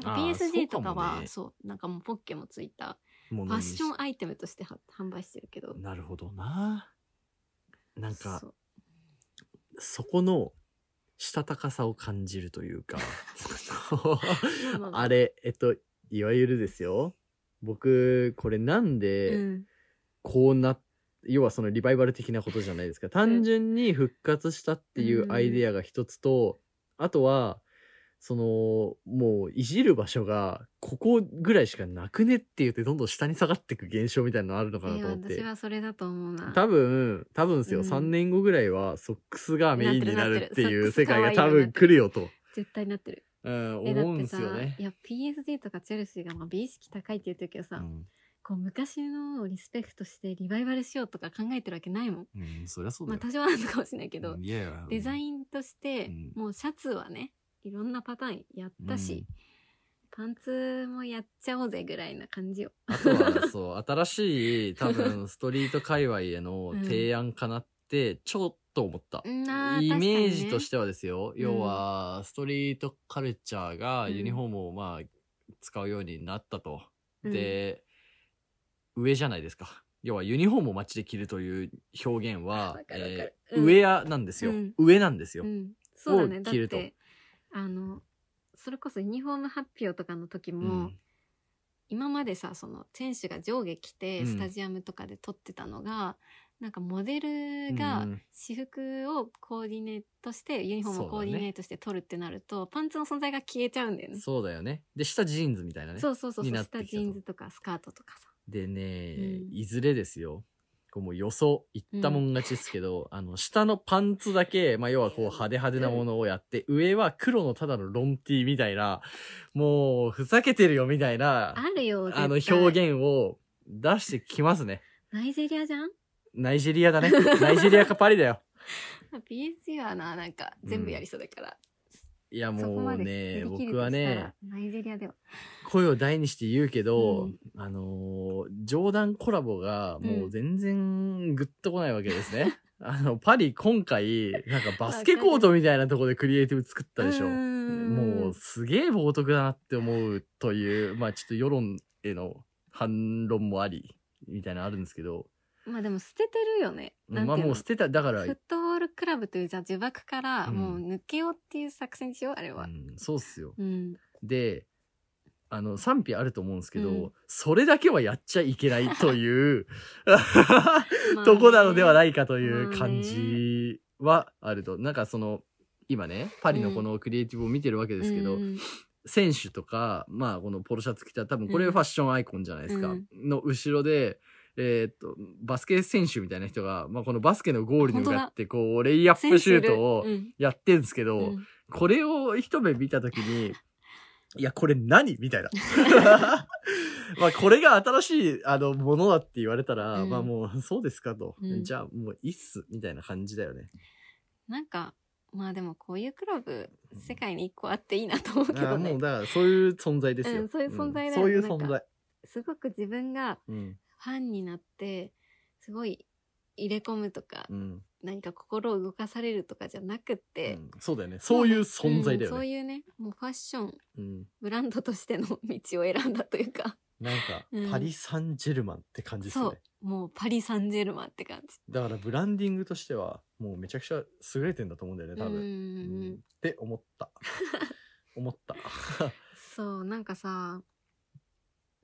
Speaker 1: なんか
Speaker 2: あーそう
Speaker 1: PSG
Speaker 2: か
Speaker 1: と
Speaker 2: も
Speaker 1: かは、
Speaker 2: ね
Speaker 1: そう、なんかもうポッケもついた、
Speaker 2: も
Speaker 1: フ
Speaker 2: の
Speaker 1: ァッ
Speaker 2: にし
Speaker 1: ションアイテムとしては販売してるけど。
Speaker 2: なるほどな。なんか
Speaker 1: そ、う
Speaker 2: そこの、したたかさを感じるというか、
Speaker 1: まあまあまあ
Speaker 2: あれ、えっと、いわゆるですよ。僕、これなん
Speaker 1: う
Speaker 2: で、
Speaker 1: ん
Speaker 2: こうな、要はそのリバイバル的なことじゃないですか。単純に復活したっていうアイデアが一つと、あとは、その、もう、いじる場所が、ここぐらいしかなくねって言って、どんどん下に下がっていく現象みたいなのあるのかないと
Speaker 1: や
Speaker 2: 思って。
Speaker 1: 私はそれだと思うな。
Speaker 2: 多分、多分ですよ、
Speaker 1: うん
Speaker 2: 3年後ぐらいはソックスがメインになる
Speaker 1: なっ
Speaker 2: っていう
Speaker 1: て
Speaker 2: 世
Speaker 1: るな
Speaker 2: 界
Speaker 1: って
Speaker 2: が
Speaker 1: る
Speaker 2: 多分来るよと、
Speaker 1: 絶対なってる。
Speaker 2: うん、
Speaker 1: えだ
Speaker 2: 思
Speaker 1: っ
Speaker 2: うん
Speaker 1: て
Speaker 2: で
Speaker 1: さ、
Speaker 2: すよね
Speaker 1: い。や PSG とかチェルシーがまあ美意識高いって言ってるけどさ、
Speaker 2: うん
Speaker 1: こう昔のをリスペクトしてリバイバルしようとか考えてるわけないもん。
Speaker 2: うん、そりゃそう
Speaker 1: まあ多少はあるのかもしれないけど、
Speaker 2: うんいやいや
Speaker 1: デザ
Speaker 2: ン
Speaker 1: インとして
Speaker 2: うん
Speaker 1: もうシャツはね、いろんなパターンやったし、パンツもやっちゃおうぜぐらいな感じよ。
Speaker 2: あとは、そう、新しい、多分、ストリート界隈へ の提案かなって、ちょっと思った。
Speaker 1: うんあー
Speaker 2: イメー
Speaker 1: 確かに
Speaker 2: ジ
Speaker 1: ね
Speaker 2: としてはですよ、
Speaker 1: ん
Speaker 2: 要は、ストリートカルチャーが
Speaker 1: うん
Speaker 2: ユニフォームをまあ、使うようになったと。
Speaker 1: うん
Speaker 2: で、上じゃないですか。要は、ユニフォームを街で着るという表現は
Speaker 1: わ、かるわか
Speaker 2: え
Speaker 1: る
Speaker 2: ー
Speaker 1: うん
Speaker 2: ウェアなんですよ
Speaker 1: うん。
Speaker 2: 上なんですよ
Speaker 1: う。ん、そうだね。
Speaker 2: を
Speaker 1: だ
Speaker 2: 着
Speaker 1: っ
Speaker 2: ると
Speaker 1: て、あの、それこそユニフォーム発表とかの時
Speaker 2: う
Speaker 1: も、
Speaker 2: ん。
Speaker 1: 今までさその選手が上下着
Speaker 2: う
Speaker 1: て
Speaker 2: ん
Speaker 1: スタジアムとかで撮ってたのが、なんかモデル
Speaker 2: う
Speaker 1: が
Speaker 2: ん
Speaker 1: 私服をコーディネートして、ユニフォームを
Speaker 2: そう
Speaker 1: コ
Speaker 2: だ
Speaker 1: ー
Speaker 2: ね
Speaker 1: ディネートして撮るってなると、パンツの存在が消えちゃうんだよね。
Speaker 2: そうだよね。で、下ジーンズみたいなね。
Speaker 1: そうそうそう
Speaker 2: に
Speaker 1: そう
Speaker 2: なって
Speaker 1: 下
Speaker 2: き
Speaker 1: ジ
Speaker 2: たと
Speaker 1: ーンズとかスカートとかさ
Speaker 2: でね、
Speaker 1: うん
Speaker 2: いずれですよ。こうもう予想、言ったもん勝ちですけど、あの、下のパンツだけ、まあ、要はこう派手派手なものをやって、上は黒のただのロンティーみたいな、もう、ふざけてるよみたいな
Speaker 1: あ、るよ
Speaker 2: あの
Speaker 1: 絶
Speaker 2: 表
Speaker 1: 対
Speaker 2: 現を出してきますね。
Speaker 1: ナイジェリアじゃん
Speaker 2: ナイジェリ アだね。ナイジェリアかパリだよ。
Speaker 1: まあ PSG はななんか全部やりそうだから、
Speaker 2: いや
Speaker 1: そこ
Speaker 2: も
Speaker 1: ま
Speaker 2: う
Speaker 1: で
Speaker 2: ね、
Speaker 1: 振り切る
Speaker 2: 僕
Speaker 1: とし
Speaker 2: は
Speaker 1: た
Speaker 2: ね
Speaker 1: ら、ナイジェリアでは。
Speaker 2: 声を大にして言うけど、
Speaker 1: うん
Speaker 2: あのー、冗談コラボがもう全然グッとこないわけですね。 あの、パリ今回、なんかバスケコートみたいなところでクリエイティブ作ったでしょ。
Speaker 1: うーん
Speaker 2: もうすげえ冒涜だなって思うという、まあちょっと世論への反論もあり、みたいなのあるんですけど、
Speaker 1: まあでも捨ててるよね。なんて
Speaker 2: まあ
Speaker 1: いうの
Speaker 2: もう捨てた、だから、
Speaker 1: フットボールクラブというじゃあ呪縛から
Speaker 2: うん
Speaker 1: もう抜けようっていう作戦にしよう、あれ
Speaker 2: う
Speaker 1: は。
Speaker 2: ん、そうっすよ。
Speaker 1: うん。
Speaker 2: であの賛否あると思うんですけど、
Speaker 1: うん
Speaker 2: それだけはやっちゃいけない という
Speaker 1: まあね
Speaker 2: とこなのではないかという感じはあるとなんかその今ねパリのこのクリエイティブを見てるわけですけど、
Speaker 1: うん
Speaker 2: 選手とかまあこのポロシャツ着た多分これ
Speaker 1: うん
Speaker 2: ファッションアイコンじゃないですか、
Speaker 1: うん
Speaker 2: の後ろで。えーっとバスケ選手みたいな人が、まあ、このバスケのゴールに向かってこうレイアップシュートを
Speaker 1: センス
Speaker 2: やってんですけど、
Speaker 1: いるうん
Speaker 2: これを一目見たとき に、いや、これ何みたいな。まあ、これが新しい、あの、ものだって言われたら、
Speaker 1: うん
Speaker 2: まあもう、そうですかと。
Speaker 1: うん
Speaker 2: じゃあ、もういいっす、みたいな感じだよね。
Speaker 1: なんか、まあでもこういうクラブ、世界に一個あっていいなと思うけ
Speaker 2: あ
Speaker 1: ど
Speaker 2: あも
Speaker 1: ね
Speaker 2: う、。だから、そういう存在ですよ。
Speaker 1: うんそういう存在だよ
Speaker 2: んそういう
Speaker 1: なんか
Speaker 2: 存在。
Speaker 1: すごく自分が
Speaker 2: うん。
Speaker 1: ファンになって、すごい入れ込むとか、
Speaker 2: うん。
Speaker 1: 何か心を動かされるとかじゃなくて、
Speaker 2: うんそうだよね。そういう存在だ
Speaker 1: うん
Speaker 2: よ
Speaker 1: そう
Speaker 2: ね。
Speaker 1: いうね、もうファッション、
Speaker 2: うん。
Speaker 1: ブランドとしての道を選んだというか、
Speaker 2: なんか
Speaker 1: う、ん
Speaker 2: パリ・サンジェルマンって感じです
Speaker 1: そ
Speaker 2: ね
Speaker 1: う。、 もうパリ・サンジェルマンって感じ。
Speaker 2: だから、ブランディングとしては、もうめちゃくちゃ優れてんだと思うんだよね、多
Speaker 1: うんう
Speaker 2: 分。うん
Speaker 1: うん
Speaker 2: んって 思った。思った。
Speaker 1: そう、なんかさ、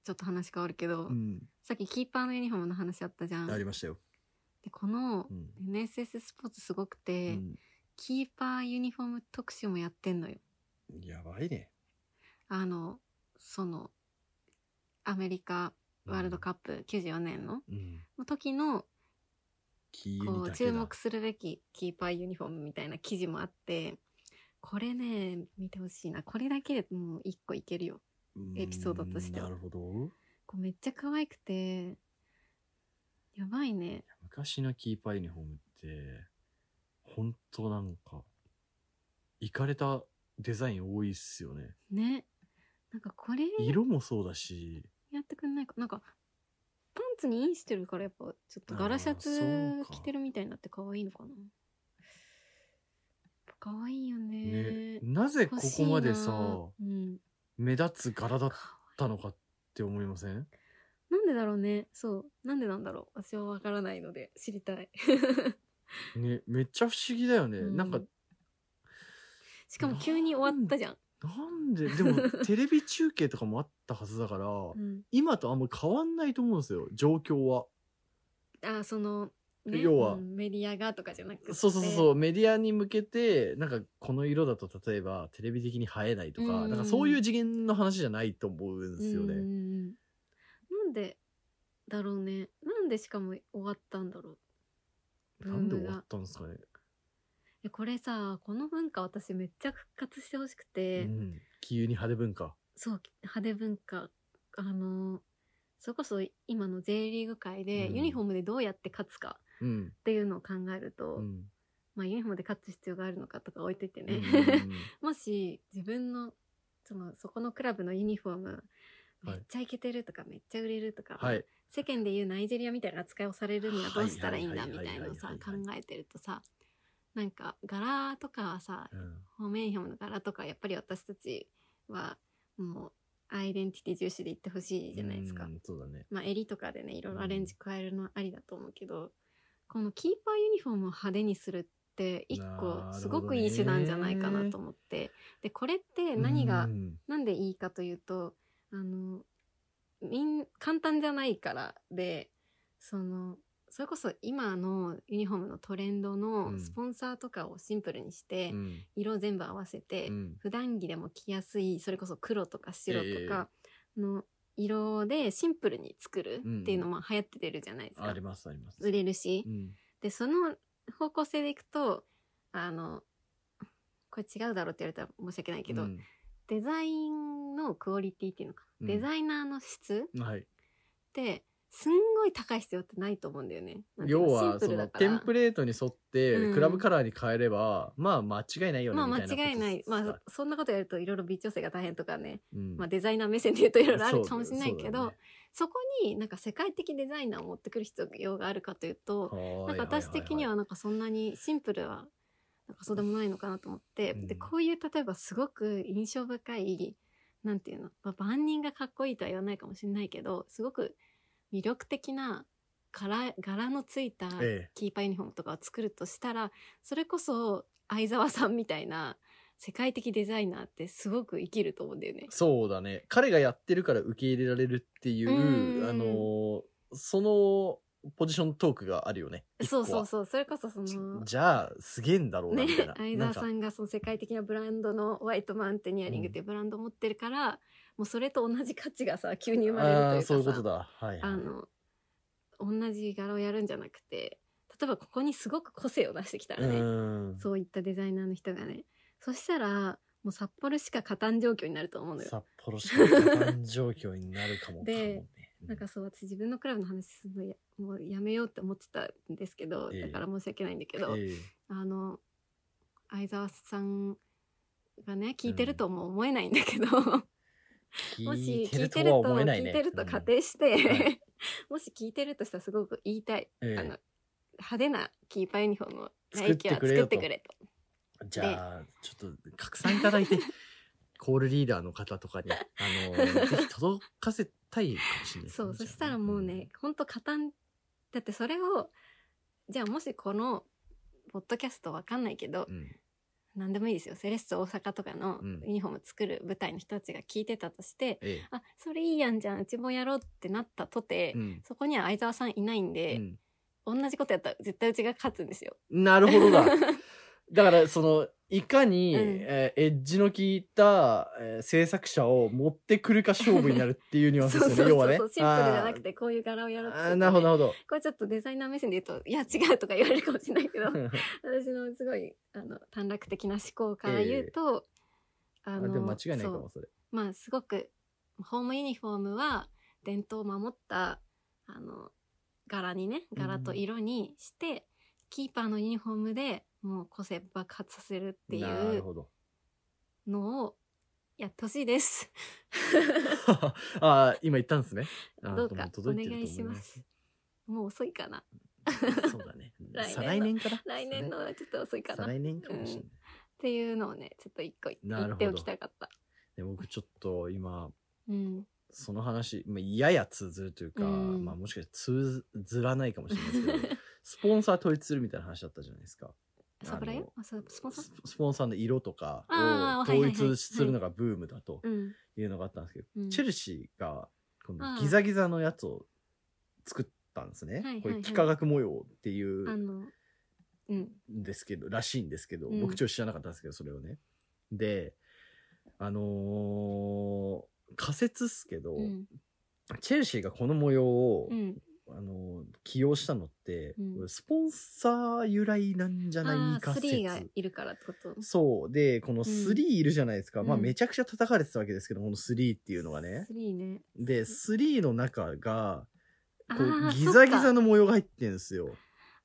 Speaker 1: ちょっと話変わるけど、
Speaker 2: うん。
Speaker 1: さっきキーパーのユニフォームの話あったじゃん。
Speaker 2: あり
Speaker 1: で
Speaker 2: ましたよ。
Speaker 1: この
Speaker 2: うん
Speaker 1: NSS スポーツすごくて、
Speaker 2: うん
Speaker 1: キーパーユニフォーム特集もやってんのよ。
Speaker 2: やばいね。
Speaker 1: あの、その、アメリカワールドカップ94年の
Speaker 2: うん。
Speaker 1: の時の、
Speaker 2: キーユニ
Speaker 1: こ
Speaker 2: だ
Speaker 1: う、
Speaker 2: けだ
Speaker 1: 注目するべきキーパーユニフォームみたいな記事もあって、これね、見てほしいな。これだけでもう一個いけるよ。
Speaker 2: うん
Speaker 1: エピソードとしては
Speaker 2: なるほど。
Speaker 1: こうめっちゃ可愛くて、やばいね。
Speaker 2: 昔のキーパーユニフォームって、本当なんか、いかれたデザイン多いっすよね。
Speaker 1: ね。なんかこれ
Speaker 2: 色もそうだし、
Speaker 1: やってくんないか。なんか、パンツにインしてるからやっぱ、ちょっとガラシャツ
Speaker 2: あーそうか
Speaker 1: 着てるみたいになって可愛いのかな。やっぱ可愛いよね
Speaker 2: ね。。なぜこ
Speaker 1: 欲し
Speaker 2: こ
Speaker 1: いな
Speaker 2: までさ、
Speaker 1: うん。
Speaker 2: 目立つ柄だったのかって思いません
Speaker 1: なんでだろうね。そう。なんでなんだろう。私はわからないので、知りたい。
Speaker 2: ね、めっちゃ不思議だよね。
Speaker 1: うん
Speaker 2: なんか、
Speaker 1: しかも急に終わったじゃん。
Speaker 2: なんで、でもテレビ中継とかもあったはずだから、
Speaker 1: うん、
Speaker 2: 今とあんま変わんないと思うんですよ、状況は。
Speaker 1: あー、その、ね、
Speaker 2: 要は
Speaker 1: うんメディアがとかじゃなくて。
Speaker 2: そうそうそうそう、メディアに向けて、なんかこの色だと例えばテレビ的に映えないとか、
Speaker 1: うん
Speaker 2: なんかそういう次元の話じゃないと思うんですよ
Speaker 1: うんうん
Speaker 2: ね。
Speaker 1: うんなんでだろうね。なんでしかも終わったんだろう。
Speaker 2: なんで
Speaker 1: ブーム
Speaker 2: 終
Speaker 1: が
Speaker 2: わったんですかね。
Speaker 1: いやこれさ、この文化私めっちゃ復活してほしく
Speaker 2: う
Speaker 1: て、
Speaker 2: ん。気に派手文化。
Speaker 1: そう、派手文化、あの、それこそ今の J リーグ界で、
Speaker 2: うん
Speaker 1: ユニフォームでどうやって勝つか
Speaker 2: うん。
Speaker 1: っていうのを考えると、
Speaker 2: うん。
Speaker 1: まあユニフォームで勝つ必要があるのかとか置いといて
Speaker 2: う
Speaker 1: ね。
Speaker 2: ん
Speaker 1: もし自分の、その、そこのクラブのユニフォーム、め
Speaker 2: はい
Speaker 1: っちゃイケてるとか、めっちゃ売れるとか、
Speaker 2: はい。
Speaker 1: 世間でいうナイジェリアみたいな扱いをされるにはどうしたらいいんだ
Speaker 2: はい
Speaker 1: み
Speaker 2: は
Speaker 1: た
Speaker 2: いはい
Speaker 1: い
Speaker 2: はい
Speaker 1: な
Speaker 2: は
Speaker 1: の
Speaker 2: い
Speaker 1: さ
Speaker 2: はい
Speaker 1: 考えてるとさなんか柄とかはさ
Speaker 2: うん
Speaker 1: ホメイヒョムの柄とかやっぱり私たちはもうアイデンティティ重視でいってほしいじゃないですか
Speaker 2: うん。そうだね。
Speaker 1: まあ襟とかでねいろいろアレンジ加えるのありだと思うけどこのキーパーユニフォームを派手にするって一
Speaker 2: なるほど
Speaker 1: 個
Speaker 2: ね
Speaker 1: すごくいい手段じゃないかなと思ってでこれって何が
Speaker 2: うん
Speaker 1: なんでいいかというとあのみん簡単じゃないからでそのそれこそ今のユニフォームのトレンド
Speaker 2: う
Speaker 1: の
Speaker 2: ん
Speaker 1: スポンサーとかをシンプルにして、
Speaker 2: うん。
Speaker 1: 色全部合わせて、
Speaker 2: うん
Speaker 1: 普段着でも着やすいそれこそ黒とか白とかの色でシンプルに作るっていうのも流行っててるじゃないですか
Speaker 2: あ、ります、あります。
Speaker 1: 売れるし、
Speaker 2: うん。
Speaker 1: でその方向性でいくとあのこれ違うだろうって言われたら申し訳ないけど、
Speaker 2: うん
Speaker 1: デザインのクオリティっていうのか、
Speaker 2: うん
Speaker 1: デザイナーの質っ
Speaker 2: はい。
Speaker 1: てすんごい高い必要ってないと思うんだよね。なんていう
Speaker 2: 要
Speaker 1: の
Speaker 2: は
Speaker 1: シン
Speaker 2: そ
Speaker 1: プルだ
Speaker 2: の
Speaker 1: か
Speaker 2: テ
Speaker 1: ら
Speaker 2: ンプレートに沿って
Speaker 1: うん
Speaker 2: クラブカラーに変えれば、まあ間違いないよね
Speaker 1: まあ
Speaker 2: みたいなこと
Speaker 1: 間違いない。ま
Speaker 2: さ
Speaker 1: あそんなことやるといろいろ微調整が大変とかね、
Speaker 2: うん
Speaker 1: まあデザイナー目線で言うといろいろあ
Speaker 2: そう
Speaker 1: る
Speaker 2: だ
Speaker 1: かもしれないけど、そ
Speaker 2: そ
Speaker 1: う
Speaker 2: だね
Speaker 1: こになんか世界的デザイナーを持ってくる必要があるかというと、
Speaker 2: は
Speaker 1: ないんか私的に
Speaker 2: い
Speaker 1: はなんかそんなにシンプルはなんかそうでもないのかなと思って、
Speaker 2: うん
Speaker 1: でこういう例えばすごく印象深いなんていうの、まあ、万人がかっこいいとは言わないかもしれないけどすごく魅力的な柄柄のついた
Speaker 2: はいはいえ
Speaker 1: キーパーユニフォームとかを作るとしたらそれこそ相沢さんみたいな世界的デザイナーってすごく生きると思うんだよね
Speaker 2: え、。そうだね彼がやってるから受け入れられるっていう、
Speaker 1: うん
Speaker 2: あのーそのポジショントークがあるよね
Speaker 1: そうそう
Speaker 2: う
Speaker 1: そうそれこそその
Speaker 2: じゃあすげえんだろうな
Speaker 1: ね
Speaker 2: みたいな,、
Speaker 1: 相
Speaker 2: な
Speaker 1: 沢
Speaker 2: んか
Speaker 1: さんがその世界的なブランドのホワイトマウンテニアリングっていうブランドを持ってるから、もうそれと同じ価値がさ急に生まれるという
Speaker 2: あ
Speaker 1: か
Speaker 2: あ
Speaker 1: さ
Speaker 2: そういうことだはい、
Speaker 1: あの同じ柄をやるんじゃなくて例えばここにすごく個性を出してきたらね、
Speaker 2: うん
Speaker 1: そういったデザイナーの人がねそしたらもう札幌しか勝たん状況になると思うのよ。
Speaker 2: 札幌市の誕状況になるかも
Speaker 1: で
Speaker 2: かもねう
Speaker 1: なんかそう私自分のクラブの話すごいやもうやめようって思ってたんですけど、
Speaker 2: ええ
Speaker 1: だから申し訳ないんだけど、
Speaker 2: ええ
Speaker 1: あの相沢さんがね聞いてるとも思えないんだけど、も
Speaker 2: 聞
Speaker 1: し
Speaker 2: いて
Speaker 1: 聞
Speaker 2: る
Speaker 1: いて
Speaker 2: と
Speaker 1: る
Speaker 2: は
Speaker 1: と
Speaker 2: 思えない
Speaker 1: 聞
Speaker 2: ね
Speaker 1: いてると仮定して、 もし聞いてるとしたらすごく言いたい、
Speaker 2: うんええ
Speaker 1: あの派手なキーパーユニフォームをナ
Speaker 2: 作っ
Speaker 1: イキ
Speaker 2: て
Speaker 1: は
Speaker 2: くれ
Speaker 1: 作
Speaker 2: よ
Speaker 1: っ
Speaker 2: と
Speaker 1: てくれと。
Speaker 2: じゃあ、ちょっと拡散いただいて、コールリーダーの方とかに、あの、ぜひ届かせたいかもしれないです
Speaker 1: そ
Speaker 2: ね、
Speaker 1: う、そしたらもうね、ほんと加担、だってそれを、じゃあもしこの、ポッドキャストわかんないけど
Speaker 2: う、ん。
Speaker 1: 何でもいいですよ。セレッソ大阪とかの
Speaker 2: うん
Speaker 1: ユニフォーム作る舞台の人たちが聞いてたとして、
Speaker 2: え
Speaker 1: あ、それいいやんじゃん、うちもやろうってなったとて、
Speaker 2: え。うん。
Speaker 1: そこには相沢さんいないんで、同じことやったら絶対うちが勝つんですよ。
Speaker 2: うんなるほ どだ。だから、その、いかに、
Speaker 1: うん
Speaker 2: えーエッジの効いた、えー制作者を持ってくるか勝負になるっていうニュア
Speaker 1: そう
Speaker 2: ンス
Speaker 1: そ
Speaker 2: で
Speaker 1: うそ
Speaker 2: すよ
Speaker 1: うそう、
Speaker 2: ね、要はね。
Speaker 1: シンプルじゃなくて、こういう柄をやろう
Speaker 2: あ
Speaker 1: と
Speaker 2: ー。あーなるほど、なる
Speaker 1: これちょっとデザイナー目線で言うと、いや違うとか言われるかもしれないけど
Speaker 2: ほ、ど。
Speaker 1: 私のすごいあの短絡的な思考から言うと、あ
Speaker 2: あ
Speaker 1: の
Speaker 2: でも間違いないか
Speaker 1: そ
Speaker 2: も、それ。
Speaker 1: うまあすごくホームユニフォームは伝統を守ったあの柄にね柄と色にして、キーパーのユニフォームでもう個性爆発させるってい
Speaker 2: なる
Speaker 1: う
Speaker 2: ほど。
Speaker 1: のをやってほしいです。
Speaker 2: あー今言ったんですね。あー
Speaker 1: どうかお
Speaker 2: でも
Speaker 1: 願
Speaker 2: 届てる
Speaker 1: い
Speaker 2: と思
Speaker 1: します。。もう遅いかな。。
Speaker 2: そうだね
Speaker 1: 来年の
Speaker 2: 再来年から。
Speaker 1: 来年のはちょっと遅いか
Speaker 2: 再
Speaker 1: な。っ
Speaker 2: 来年かもしれない。
Speaker 1: ていうのをね、ちょっと一個言っ
Speaker 2: なるほど
Speaker 1: ておきたかった。
Speaker 2: で僕ちょっと今
Speaker 1: うん。
Speaker 2: その話、まあ、やや通ずるというか、
Speaker 1: うん
Speaker 2: まあもしかして通ずらないかもしれない ですけどスポンサー統一するみたいな話だったじゃないですか。
Speaker 1: サブライ
Speaker 2: あの
Speaker 1: あ、そう、スポンサー
Speaker 2: ススポンサーの色とか
Speaker 1: あー
Speaker 2: を
Speaker 1: はいは
Speaker 2: 統
Speaker 1: いはい
Speaker 2: 一するのがブームだと
Speaker 1: うん。
Speaker 2: いうのがあったんですけど、
Speaker 1: うん
Speaker 2: チェルシーがこ
Speaker 1: あ
Speaker 2: の
Speaker 1: ー
Speaker 2: ギザギザのやつを作ったんですね。
Speaker 1: いはいはい
Speaker 2: これ幾何学模様っていう
Speaker 1: あの、うん。
Speaker 2: ですけどらしいんですけど、
Speaker 1: うん
Speaker 2: 僕ちょっと知らなかったんですけどそれをねであのー仮説っすけど、
Speaker 1: うん。
Speaker 2: チェルシーがこの模様を、
Speaker 1: うん。
Speaker 2: あのー起用したのって、
Speaker 1: うん
Speaker 2: スポンサー由来なんじゃな
Speaker 1: あ
Speaker 2: い
Speaker 1: あ、ス
Speaker 2: か説
Speaker 1: リーがいるからってこと。
Speaker 2: そうでこの3いるじゃないですか、
Speaker 1: うん
Speaker 2: まあ
Speaker 1: うん
Speaker 2: めちゃくちゃ叩かれてたわけですけどこの3っていうのがね
Speaker 1: スリーね。
Speaker 2: で3の中がこ
Speaker 1: あ
Speaker 2: う
Speaker 1: ー
Speaker 2: ギザギ
Speaker 1: そ
Speaker 2: ザ
Speaker 1: っか
Speaker 2: の模様が入ってんですよ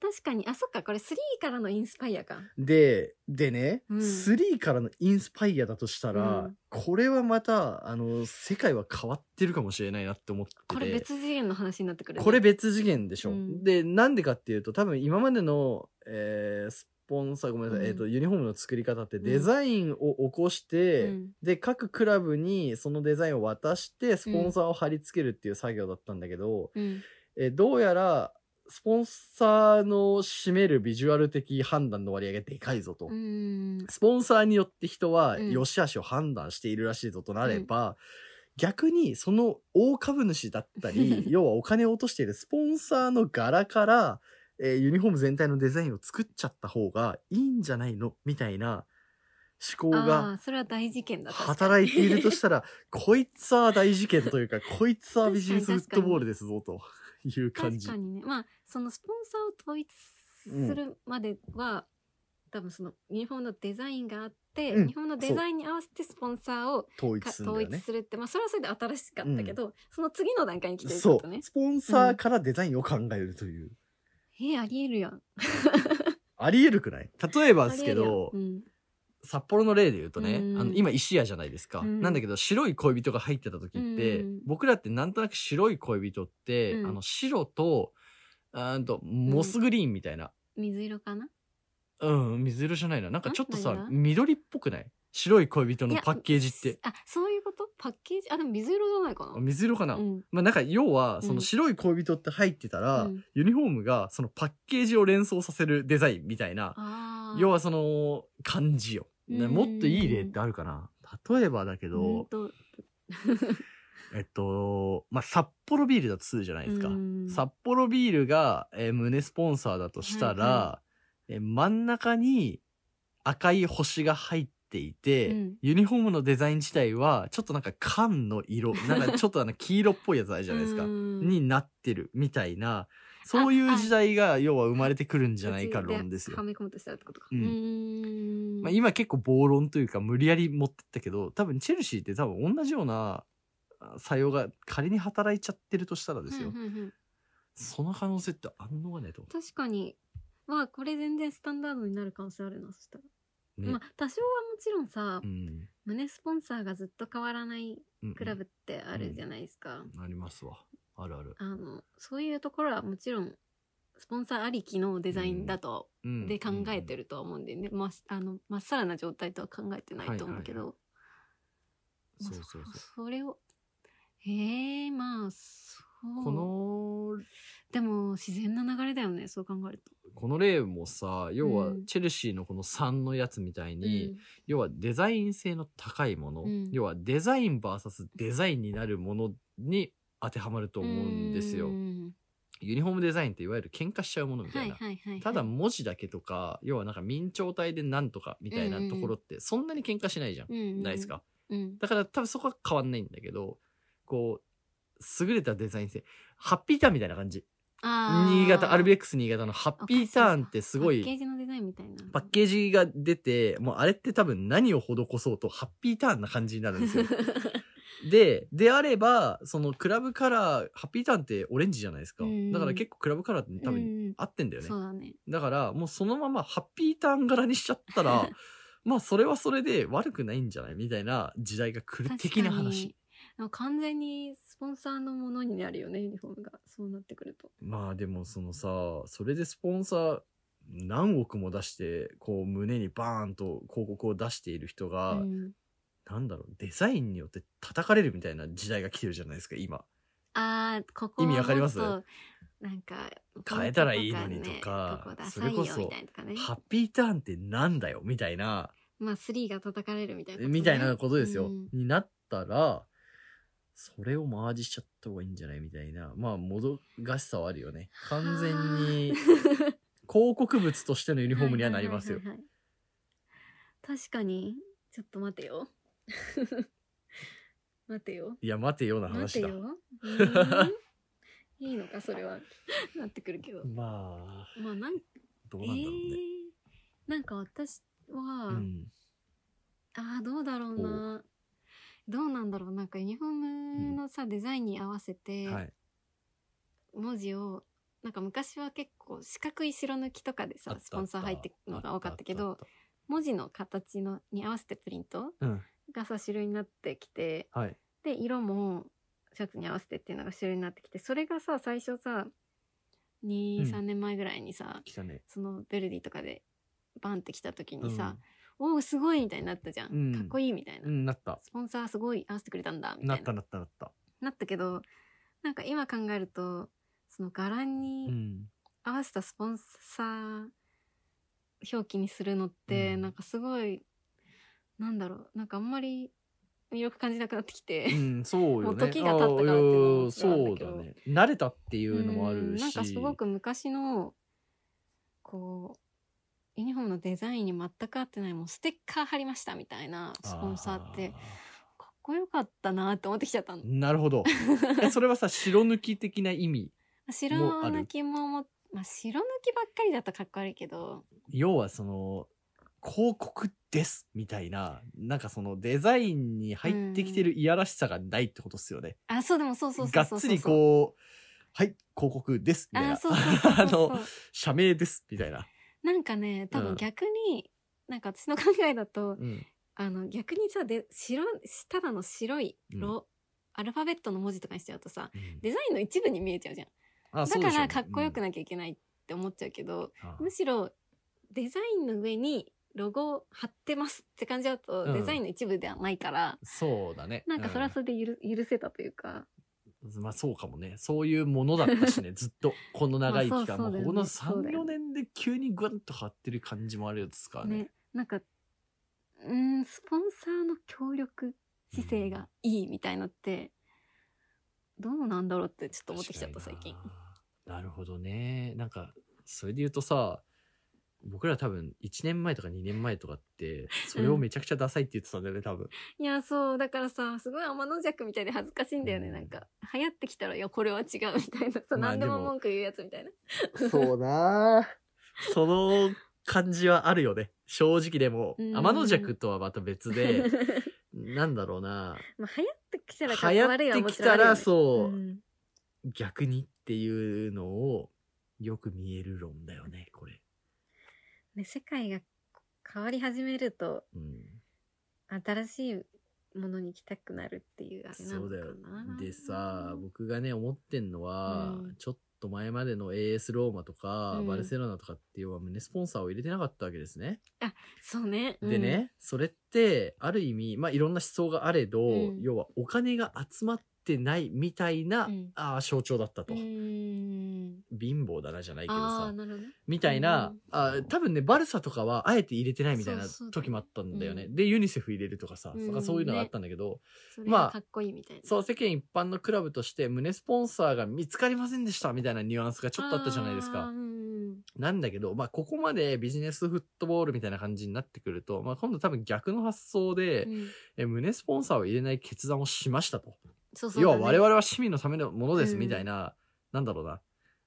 Speaker 1: 確かに、あ、そっか、これスリーからのインスパイアか。
Speaker 2: で、でね、
Speaker 1: うん
Speaker 2: 3からのインスパイアだとしたら、
Speaker 1: うん
Speaker 2: これはまた、あの、世界は変わってるかもしれないなって思ってて。
Speaker 1: これ別次元の話になってくるね。
Speaker 2: これ別次元でしょ。
Speaker 1: うん
Speaker 2: で、なんでかっていうと、多分今までの、えースポンサー、ごめんなさい、
Speaker 1: うん
Speaker 2: えっ、と、ユニフォームの作り方って
Speaker 1: ん
Speaker 2: デザインを起こして、
Speaker 1: うん
Speaker 2: で、各クラブにそのデザインを渡して、スポンサーを貼り付けるっていう作業だったんだけど、
Speaker 1: うん。
Speaker 2: えーどうやら、スポンサーの占めるビジュアル的判断の割合がでかいぞと。
Speaker 1: うん。
Speaker 2: スポンサーによって人は
Speaker 1: うん
Speaker 2: 良し悪しを判断しているらしいぞとなれば、逆にその大株主だっ たり要はお金を落としているスポンサーの柄から、えーユニフォーム全体のデザインを作っちゃった方がいいんじゃないのみたいな思考
Speaker 1: ああ
Speaker 2: が
Speaker 1: ー、それは大事件だ。確かに
Speaker 2: 働いているとしたらこいつは大事件というか こいつはビジネスフ
Speaker 1: 確かに
Speaker 2: ットボールですぞという感
Speaker 1: 確
Speaker 2: じ
Speaker 1: か。にね。まあ、そのスポンサーを統一するまでは、多分その日本のデザインがあって、
Speaker 2: うん
Speaker 1: 日本のデザインに合わせてスポンサーを
Speaker 2: 統
Speaker 1: か
Speaker 2: 一するんだ
Speaker 1: 統
Speaker 2: よ
Speaker 1: 一
Speaker 2: ね
Speaker 1: するって、まあそれはそれで新しかったけど、その次の段階に来てるって
Speaker 2: そ
Speaker 1: ことね
Speaker 2: うスポンサーからデザインを考えるという、
Speaker 1: えーありえるやん
Speaker 2: ありえるくない例えば
Speaker 1: あ
Speaker 2: です
Speaker 1: りえ
Speaker 2: け
Speaker 1: るやん
Speaker 2: ど、
Speaker 1: うん
Speaker 2: 札幌の例で言うとね、
Speaker 1: うん
Speaker 2: あの今石屋じゃないですか、
Speaker 1: うん
Speaker 2: なんだけど白い恋人が入ってた時って、
Speaker 1: うん
Speaker 2: 僕らってなんとなく白い恋人って、
Speaker 1: うん
Speaker 2: あの白とあーんとモスグリーンみたいな、
Speaker 1: 水色かな
Speaker 2: うん水色じゃないななんかちょっと
Speaker 1: ん
Speaker 2: さ
Speaker 1: 何
Speaker 2: 緑っぽくない白い恋人
Speaker 1: い
Speaker 2: の
Speaker 1: や
Speaker 2: パッケージって
Speaker 1: あそういうことパッケージあでも水色じゃないかな
Speaker 2: あ水色かな、
Speaker 1: うん
Speaker 2: まあなんか要はそう
Speaker 1: ん
Speaker 2: の白い恋人って入ってたら、
Speaker 1: うん
Speaker 2: ユニフォームがそのパッケージを連想させるデザインみたいな
Speaker 1: あー
Speaker 2: 要はその感じよ、ね
Speaker 1: うん
Speaker 2: もっといい例ってあるかな例えばだけど、
Speaker 1: うんと
Speaker 2: えっと、まあ、札幌ビールだとするじゃないですか。
Speaker 1: うん
Speaker 2: 札幌ビールが、えー胸スポンサーだとしたら、
Speaker 1: は
Speaker 2: えー真ん中に赤い星が入っていて、
Speaker 1: うん
Speaker 2: ユニフォームのデザイン自体は、ちょっとなんか缶の 色、なんかちょっとあの黄色っぽいやつあるじゃないですか。
Speaker 1: うん
Speaker 2: になってるみたいな、そういう時代が要は生まれてくるんじゃないか論ですよ
Speaker 1: は。め込むとしたらってことか。
Speaker 2: うん
Speaker 1: ん
Speaker 2: まあ、今結構暴論というか無理やり持ってったけど多分チェルシーって多分同じようなあ作用が仮に働いちゃってるとしたらですよ、
Speaker 1: うんうんうん
Speaker 2: その可能性ってあんのがねと、
Speaker 1: 確かに。まあこれ全然スタンダードになる可能性あるなそしたら、
Speaker 2: ね
Speaker 1: まあ多少はもちろんさ、
Speaker 2: うん、
Speaker 1: 胸スポンサーがずっと変わらない
Speaker 2: うん
Speaker 1: クラブってあるじゃないですか、
Speaker 2: ありますわあるある、
Speaker 1: あのそういうところはもちろんスポンサーありきのデザインだと、
Speaker 2: うん
Speaker 1: で考えてるとは思うんでね、まっあのまっさらな状態とは考えてないと思うけど、
Speaker 2: うんそ
Speaker 1: ま
Speaker 2: う
Speaker 1: あ
Speaker 2: そうそう
Speaker 1: それをへえまあそう
Speaker 2: この
Speaker 1: でも自然な流れだよねそう考えると。
Speaker 2: この例もさ要は
Speaker 1: うん
Speaker 2: チェルシーのこの3のやつみたいに、要はデザイン性の高いもの、
Speaker 1: うん
Speaker 2: 要はデザイン VS デザインになるものに当てはまると
Speaker 1: と
Speaker 2: 思うんですよ。ユニフォームデザインっていわゆる喧嘩しちゃうものみた
Speaker 1: はいい
Speaker 2: な。
Speaker 1: はいはいはい。
Speaker 2: ただ文字だけとか、要はなんか明朝体でなんとかみたいなところってそんなに喧嘩しないじゃん。
Speaker 1: うんうん
Speaker 2: ないですか。
Speaker 1: うん
Speaker 2: だから多分そこは変わんないんだけど、こう、優れたデザイン性。ハッピーターンみたいな感じ。
Speaker 1: あー
Speaker 2: 新潟、RBX 新潟のハッピーターンってすご
Speaker 1: パッケー
Speaker 2: い
Speaker 1: ジのデザインみたいな。
Speaker 2: パッケージが出て、もうあれって多分何を施そうとハッピーターンな感じになるんですよ。 で、であれば、そのクラブカラー、ハッピーターンってオレンジじゃないですか。
Speaker 1: うん
Speaker 2: だから結構クラブカラーって多分
Speaker 1: うん
Speaker 2: 合ってんだよね。
Speaker 1: そうだね。
Speaker 2: だからもうそのままハッピーターン柄にしちゃった らまあそれはそれで悪くないんじゃないみたいな時代が来る的な
Speaker 1: 確か
Speaker 2: 話
Speaker 1: に。でも完全にスポンサーのものになるよね、ユニフォームが。そうなってくると。
Speaker 2: まあでもそのさそれでスポンサー何億も出してこう胸にバーンと広告を出している人が、
Speaker 1: うん
Speaker 2: なんだろうデザインによって叩かれるみたいな時代が来てるじゃないですか今
Speaker 1: あーここ
Speaker 2: 意味わかります
Speaker 1: はもっとなんか
Speaker 2: 変えたらいいのにとか
Speaker 1: ここダ
Speaker 2: そ
Speaker 1: サ
Speaker 2: れ
Speaker 1: い
Speaker 2: こ
Speaker 1: よ
Speaker 2: そ
Speaker 1: みたいなとかね
Speaker 2: ハッピーターンってなんだよみたいな
Speaker 1: まあ3が叩かれるみたいなことね、
Speaker 2: みたいなことですよ、
Speaker 1: うん
Speaker 2: になったらそれをマージしちゃった方がいいんじゃないみたいなまあもどがしさはあるよね完全に広告物としてのユニフォームにはなりますよ
Speaker 1: はいはいはいはい確かにちょっと待てよ 待てよ
Speaker 2: いや待てよな
Speaker 1: 待て
Speaker 2: 話だ
Speaker 1: ようーんいいのかそれはなってくるけど
Speaker 2: まあ
Speaker 1: まあなん
Speaker 2: どうなんだろう
Speaker 1: えー
Speaker 2: ね、
Speaker 1: なんか私は、
Speaker 2: うん
Speaker 1: ああどうだろうなどうなんだろうなんかユニフォームのさ、デザインに合わせて
Speaker 2: はい
Speaker 1: 文字を、なんか昔は結構四角い白抜きとかで
Speaker 2: あっ
Speaker 1: さ
Speaker 2: た
Speaker 1: スポンサー入ってくのが多かったけ
Speaker 2: あ
Speaker 1: ど
Speaker 2: たあっ
Speaker 1: 文字の形のに合わせてプリント
Speaker 2: たうん
Speaker 1: がさ主流になってきて
Speaker 2: はい
Speaker 1: で色もシャツに合わせてっていうのが主流になってきてそれがさ最初さ23、
Speaker 2: うん
Speaker 1: 年前ぐらいにさ
Speaker 2: 来たね
Speaker 1: そのベルディとかでバンってきた時
Speaker 2: う
Speaker 1: に
Speaker 2: ん
Speaker 1: さ、おおすごいみたいになったじゃん、
Speaker 2: うん
Speaker 1: かっこいいみたいな、
Speaker 2: うんなった
Speaker 1: スポンサーすごい合わせてくれたんだみた
Speaker 2: ないっ
Speaker 1: な
Speaker 2: たなったなった
Speaker 1: なったけどなんか今考えるとその柄
Speaker 2: う
Speaker 1: に
Speaker 2: ん
Speaker 1: 合わせたスポンサー表記にするのって、
Speaker 2: うん
Speaker 1: なんかすごいなんだろうなんかあんまり魅力感じなくなってきて、
Speaker 2: うん、そう
Speaker 1: も
Speaker 2: よね。
Speaker 1: う時が経ったからっていうのもそうなんだけど
Speaker 2: あーいやーそうだね。慣れたっていうのもあ
Speaker 1: うん
Speaker 2: るし。
Speaker 1: なんかすごく昔のこうユニフォームのデザインに全く合ってないもうステッカー貼りましたみたいなスポンサーってかっこよかったなって思ってきちゃったの
Speaker 2: あー。なるほ ど。えそれはさ、白抜き的な意味。
Speaker 1: 白
Speaker 2: もある
Speaker 1: 抜きももまあ、白抜きばっかりだとかっこ悪いけど
Speaker 2: 要はその、広告ですみたいな、なんかそのデザインに入ってきてるいやらしさがないってことですよね。
Speaker 1: あ、そうでもそうそうそ
Speaker 2: が
Speaker 1: う
Speaker 2: っ
Speaker 1: そうそう。
Speaker 2: つりこう、はい、広告ですみたい
Speaker 1: あ、
Speaker 2: な。
Speaker 1: そうそうそうそうそう
Speaker 2: あの社名ですみたいな。
Speaker 1: なんかね、多
Speaker 2: う
Speaker 1: 分
Speaker 2: ん
Speaker 1: 逆に、なんか私の考えだと、
Speaker 2: うん。
Speaker 1: あの逆にさで白ただの白いロ、アルファベットの文字とかにしちゃうとさ
Speaker 2: うん
Speaker 1: デザインの一部に見えちゃうじゃん
Speaker 2: あそう
Speaker 1: だ
Speaker 2: でし
Speaker 1: か
Speaker 2: ょ
Speaker 1: ら
Speaker 2: うね
Speaker 1: かっこよく
Speaker 2: うん
Speaker 1: なきゃいけないって思っちゃうけど、
Speaker 2: あ
Speaker 1: むしろデザインの上にロゴを貼ってますって感じだと、
Speaker 2: うん
Speaker 1: デザインの一部ではないから
Speaker 2: そうだね。
Speaker 1: なんかそれは
Speaker 2: う
Speaker 1: それでゆる、許せたというか
Speaker 2: まあそうかもね。そういうものだった しね、ずっと。この長い期間、
Speaker 1: まあそうそう
Speaker 2: も
Speaker 1: だよ
Speaker 2: う
Speaker 1: ね
Speaker 2: この
Speaker 1: そう
Speaker 2: 3、
Speaker 1: だよ
Speaker 2: 4
Speaker 1: ね
Speaker 2: 年で急にグワンと張ってる感じもあるやつですからね。
Speaker 1: ねなんかうんスポンサーの協力姿勢がいいみたいなって、どうなんだろうってちょっと思ってきちゃった
Speaker 2: 確
Speaker 1: 最
Speaker 2: かに
Speaker 1: 近
Speaker 2: な。なるほどね。なんか、それで言うとさ、僕ら多分1年前とか2年前とかって、それをめちゃくちゃダサいって言ってたんだよね、多分。
Speaker 1: いや、そう、だからさ、すごい天の弱みたいで恥ずかしいんだよね、
Speaker 2: うん
Speaker 1: なんか。流行ってきたら、いや、これは違うみたいなさ、
Speaker 2: まあ
Speaker 1: 何でも
Speaker 2: でも
Speaker 1: 文句言うやつみたいな。
Speaker 2: そうな その感じはあるよね。正直でも、
Speaker 1: うん
Speaker 2: 天の弱とはまた別で、なんだろうな
Speaker 1: まあ、流行ってきたら、
Speaker 2: 流行ってきたら、そうう、
Speaker 1: ん
Speaker 2: 逆にっていうのをよく見える論だよね、これ。
Speaker 1: ね、世界が変わり始めると、
Speaker 2: うん。
Speaker 1: 新しいものに来たくなるっていう、あれな
Speaker 2: そ
Speaker 1: の
Speaker 2: う
Speaker 1: か
Speaker 2: だよ
Speaker 1: な。。
Speaker 2: でさ、僕がね、思ってんのは、
Speaker 1: うん
Speaker 2: ちょっと前までの AS ローマとか、
Speaker 1: うん
Speaker 2: バルセロナとかっていうは胸スポンサーを入れてなかったわけですね。
Speaker 1: そうね。うん
Speaker 2: で、ね、それって、ある意味、まあ、いろんな思想があれど、
Speaker 1: うん
Speaker 2: 要はお金が集まってないみたいな、
Speaker 1: うん
Speaker 2: ああ、象徴だった
Speaker 1: う
Speaker 2: と。
Speaker 1: ーん。
Speaker 2: 貧乏だなじゃないけど
Speaker 1: ああ、
Speaker 2: さ、
Speaker 1: なるほどね。
Speaker 2: みたいな、あー多分ね、バルサとかはあえて入れてないみたいな
Speaker 1: そうそう
Speaker 2: 時もあったんだよね。
Speaker 1: う
Speaker 2: で、ユニセフ入れるとかさ、
Speaker 1: うん
Speaker 2: そういうのがあったんだけど、
Speaker 1: それ
Speaker 2: ま
Speaker 1: が
Speaker 2: あ
Speaker 1: かっこいいみたいな。
Speaker 2: そう、世間一般のクラブとして胸スポンサーが見つかりませんでしたみたいなニュアンスがちょっとあったじゃないです
Speaker 1: あー
Speaker 2: か
Speaker 1: う。ん
Speaker 2: なんだけど、まあ、ここまでビジネスフットボールみたいな感じになってくると、まあ、今度多分逆の発想で、
Speaker 1: うん
Speaker 2: え胸スポンサーを入れない決断をしましたと。
Speaker 1: そうそう
Speaker 2: 要
Speaker 1: だ
Speaker 2: は
Speaker 1: ね。
Speaker 2: 我々は市民のためのものです
Speaker 1: うん
Speaker 2: みたいな、なんだろうな。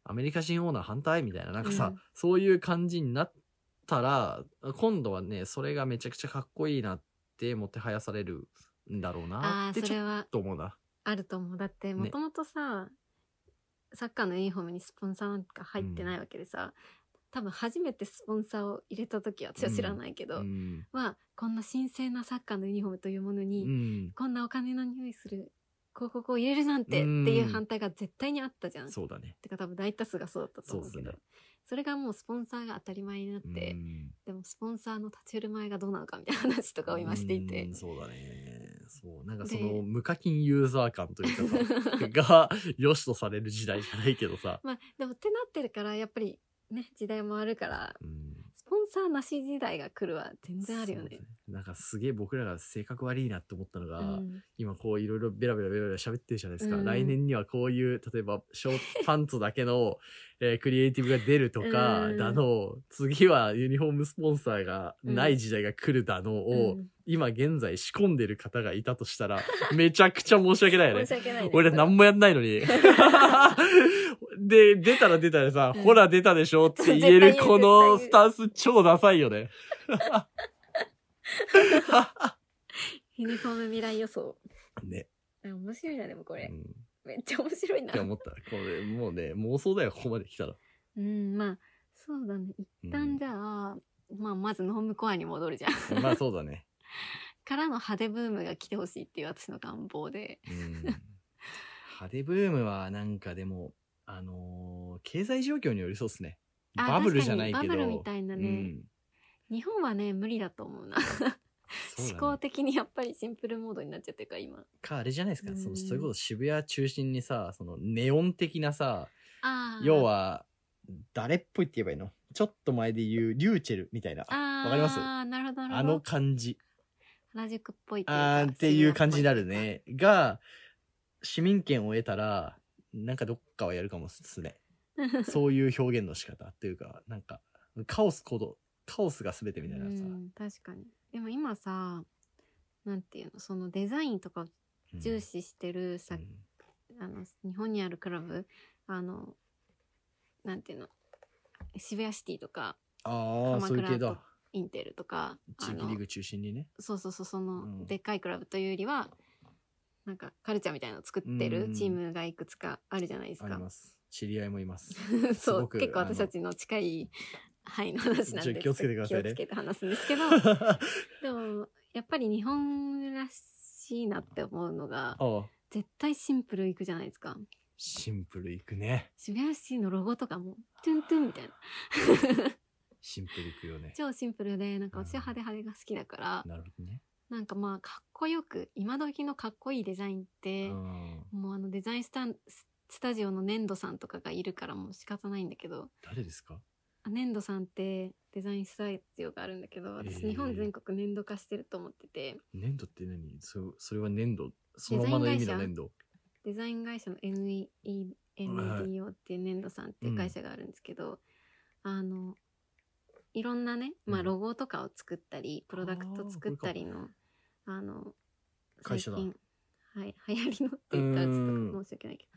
Speaker 2: アメリカ人オーナー反対みたいな、なんかさ、
Speaker 1: うん
Speaker 2: そういう感じになったら、今度はね、それがめちゃくちゃかっこいいなって、もてはやされるんだろうな
Speaker 1: あ
Speaker 2: っ
Speaker 1: あ
Speaker 2: て
Speaker 1: ー、そ
Speaker 2: ち
Speaker 1: れ
Speaker 2: ょっ
Speaker 1: は
Speaker 2: と思うな。
Speaker 1: あると思う。だって、もともとさ、サッカーのユニフォームにスポンサーなんか入ってないわけでさ、多分初めてスポンサーを入れた時は私は知らないけど、
Speaker 2: うん。
Speaker 1: まあ、こんな神聖なサッカーのユニフォームというもの
Speaker 2: う
Speaker 1: に、
Speaker 2: ん。
Speaker 1: こんなお金の匂いする広告を入れるなんてって
Speaker 2: うん
Speaker 1: いう反対が絶対にあったじゃん。
Speaker 2: そうだね。
Speaker 1: てか多分大多数がそうだったと思う
Speaker 2: そ
Speaker 1: け
Speaker 2: う
Speaker 1: ど。
Speaker 2: ですね
Speaker 1: それがもうスポンサーが当たり前になって、
Speaker 2: うん
Speaker 1: でもスポンサーの立ち振る舞いがどうなのかみたいな話とかを今していて
Speaker 2: うん、そうだね。そう。なんか
Speaker 1: で
Speaker 2: その無課金ユーザー感と いうかさ、が良しとされる時代じゃないけどさ。
Speaker 1: まあでもってなってるからやっぱりね時代もあるから
Speaker 2: うん
Speaker 1: スポンサーなし時代が来るは全然あるよ
Speaker 2: そう
Speaker 1: ね
Speaker 2: です。なんかすげえ僕らが性格悪いなって思ったのが、
Speaker 1: うん
Speaker 2: 今こういろいろベラベラベラベラ喋ってるじゃないですか。
Speaker 1: うん
Speaker 2: 来年にはこういう、例えばショーパンツだけの、えークリエイティブが出るとか、
Speaker 1: うん
Speaker 2: だの、次はユニフォームスポンサーがない時代が来るだのを、
Speaker 1: うん
Speaker 2: 今現在仕込んでる方がいたとしたら、めちゃくちゃ申し訳ないよね
Speaker 1: 申し。訳ないね。
Speaker 2: 俺ら何もやんない のに。で、出たら出たでさ、
Speaker 1: うん
Speaker 2: ほら出たでしょって言える
Speaker 1: 絶対言う
Speaker 2: この
Speaker 1: 絶
Speaker 2: ス
Speaker 1: 対
Speaker 2: タンス超ダサいよね。
Speaker 1: ユニフォーム未来予想。
Speaker 2: ね。
Speaker 1: あ面白いなでもこ
Speaker 2: う
Speaker 1: れ、
Speaker 2: ん、っ
Speaker 1: めっちゃ面白いな
Speaker 2: て。思った。これもうね、妄想だよ、ここまで来たら。
Speaker 1: うんまあそうだね
Speaker 2: う
Speaker 1: 一
Speaker 2: ん
Speaker 1: 旦じゃあ、まあまずノームコアに戻るじゃん。
Speaker 2: まあそうだね。
Speaker 1: からの派手ブームが来てほしいっていう私の願望で。
Speaker 2: うん、派手ブームはなんかでも、あのー経済状況によりそうっすね。
Speaker 1: あ
Speaker 2: バブルじゃないけど。
Speaker 1: 確かにバブルみたいなね
Speaker 2: うん
Speaker 1: 日本はね無理だと思うな。
Speaker 2: そうだね
Speaker 1: 思考的にやっぱりシンプルモードになっちゃってるから今。
Speaker 2: か、あれじゃないですか。そうの
Speaker 1: ん
Speaker 2: そういうこと渋谷中心にさ、そのネオン的なさ、
Speaker 1: あー
Speaker 2: 要は誰っぽいって言えばいいのちょっと前で言うリューチェルみたいな
Speaker 1: あー
Speaker 2: わかります
Speaker 1: なるほどなるほど。
Speaker 2: あの感じ
Speaker 1: 原宿っぽいというか
Speaker 2: あーっていう感じになる。ねが市民権を得たらなんかどっかはやるかもで すねそういう表現の仕方というかなんかカオス行動カオスが全てみ
Speaker 1: う
Speaker 2: たいなさ、
Speaker 1: ん、確かに。でも今さ、なんていうの、そのデザインとかを
Speaker 2: うん
Speaker 1: 重視してるさ、
Speaker 2: うん
Speaker 1: あの、日本にあるクラブ、あの、なんていうの、渋谷シティとか、
Speaker 2: ああそういう系
Speaker 1: 鎌倉
Speaker 2: だ
Speaker 1: インテルとか、
Speaker 2: 地域リーグ中心にね。
Speaker 1: そうそうそう、そうの、
Speaker 2: ん
Speaker 1: でっかいクラブというよりは、なんか、カルチャーみたいなのを作って
Speaker 2: う
Speaker 1: る
Speaker 2: ん
Speaker 1: チームがいくつかあるじゃないです
Speaker 2: あ
Speaker 1: か
Speaker 2: り。ます。知り合いもいます。す
Speaker 1: そ
Speaker 2: ご
Speaker 1: う、
Speaker 2: く
Speaker 1: 結構
Speaker 2: あの
Speaker 1: 私たちの近い範囲の話なん
Speaker 2: ち
Speaker 1: で
Speaker 2: ょ気をつけてくださいね
Speaker 1: 気をつけて話すんですけど、
Speaker 2: あ
Speaker 1: でも、やっぱり日本らしいなって思うのが、
Speaker 2: あ、
Speaker 1: 絶対シンプルいくじゃないですか。
Speaker 2: シンプルいくね。
Speaker 1: 渋谷 FC のロゴとかも、トゥントゥンみたいな。
Speaker 2: シンプルいくよね。
Speaker 1: 超シンプルで、なんか私は派手派手が好きだから、
Speaker 2: なるほどね。
Speaker 1: なんかまあ、かっこよく、今時のかっこいいデザインっ
Speaker 2: う
Speaker 1: て、
Speaker 2: ん。
Speaker 1: もうあのデザインスタンススタジオの粘土さんとかがいるからもう仕方ないんだけど
Speaker 2: 誰ですか
Speaker 1: あ粘土さんってデザインスタジオがあるんだけど私
Speaker 2: ええ
Speaker 1: 日本全国粘土化してると思ってて、
Speaker 2: 粘土って何そそれは粘土。そのままの意味の粘土。
Speaker 1: デザイン会社の NENDO っていう粘土さんっていう会社があるんですけど、あのいろんなね、まあ、
Speaker 2: うん
Speaker 1: ロゴとかを作ったり、プロダクト作ったりのあの
Speaker 2: 会社だ
Speaker 1: 最近、はい、流行りのって言ったらちょっ
Speaker 2: う
Speaker 1: と
Speaker 2: ん
Speaker 1: 申し訳ないけど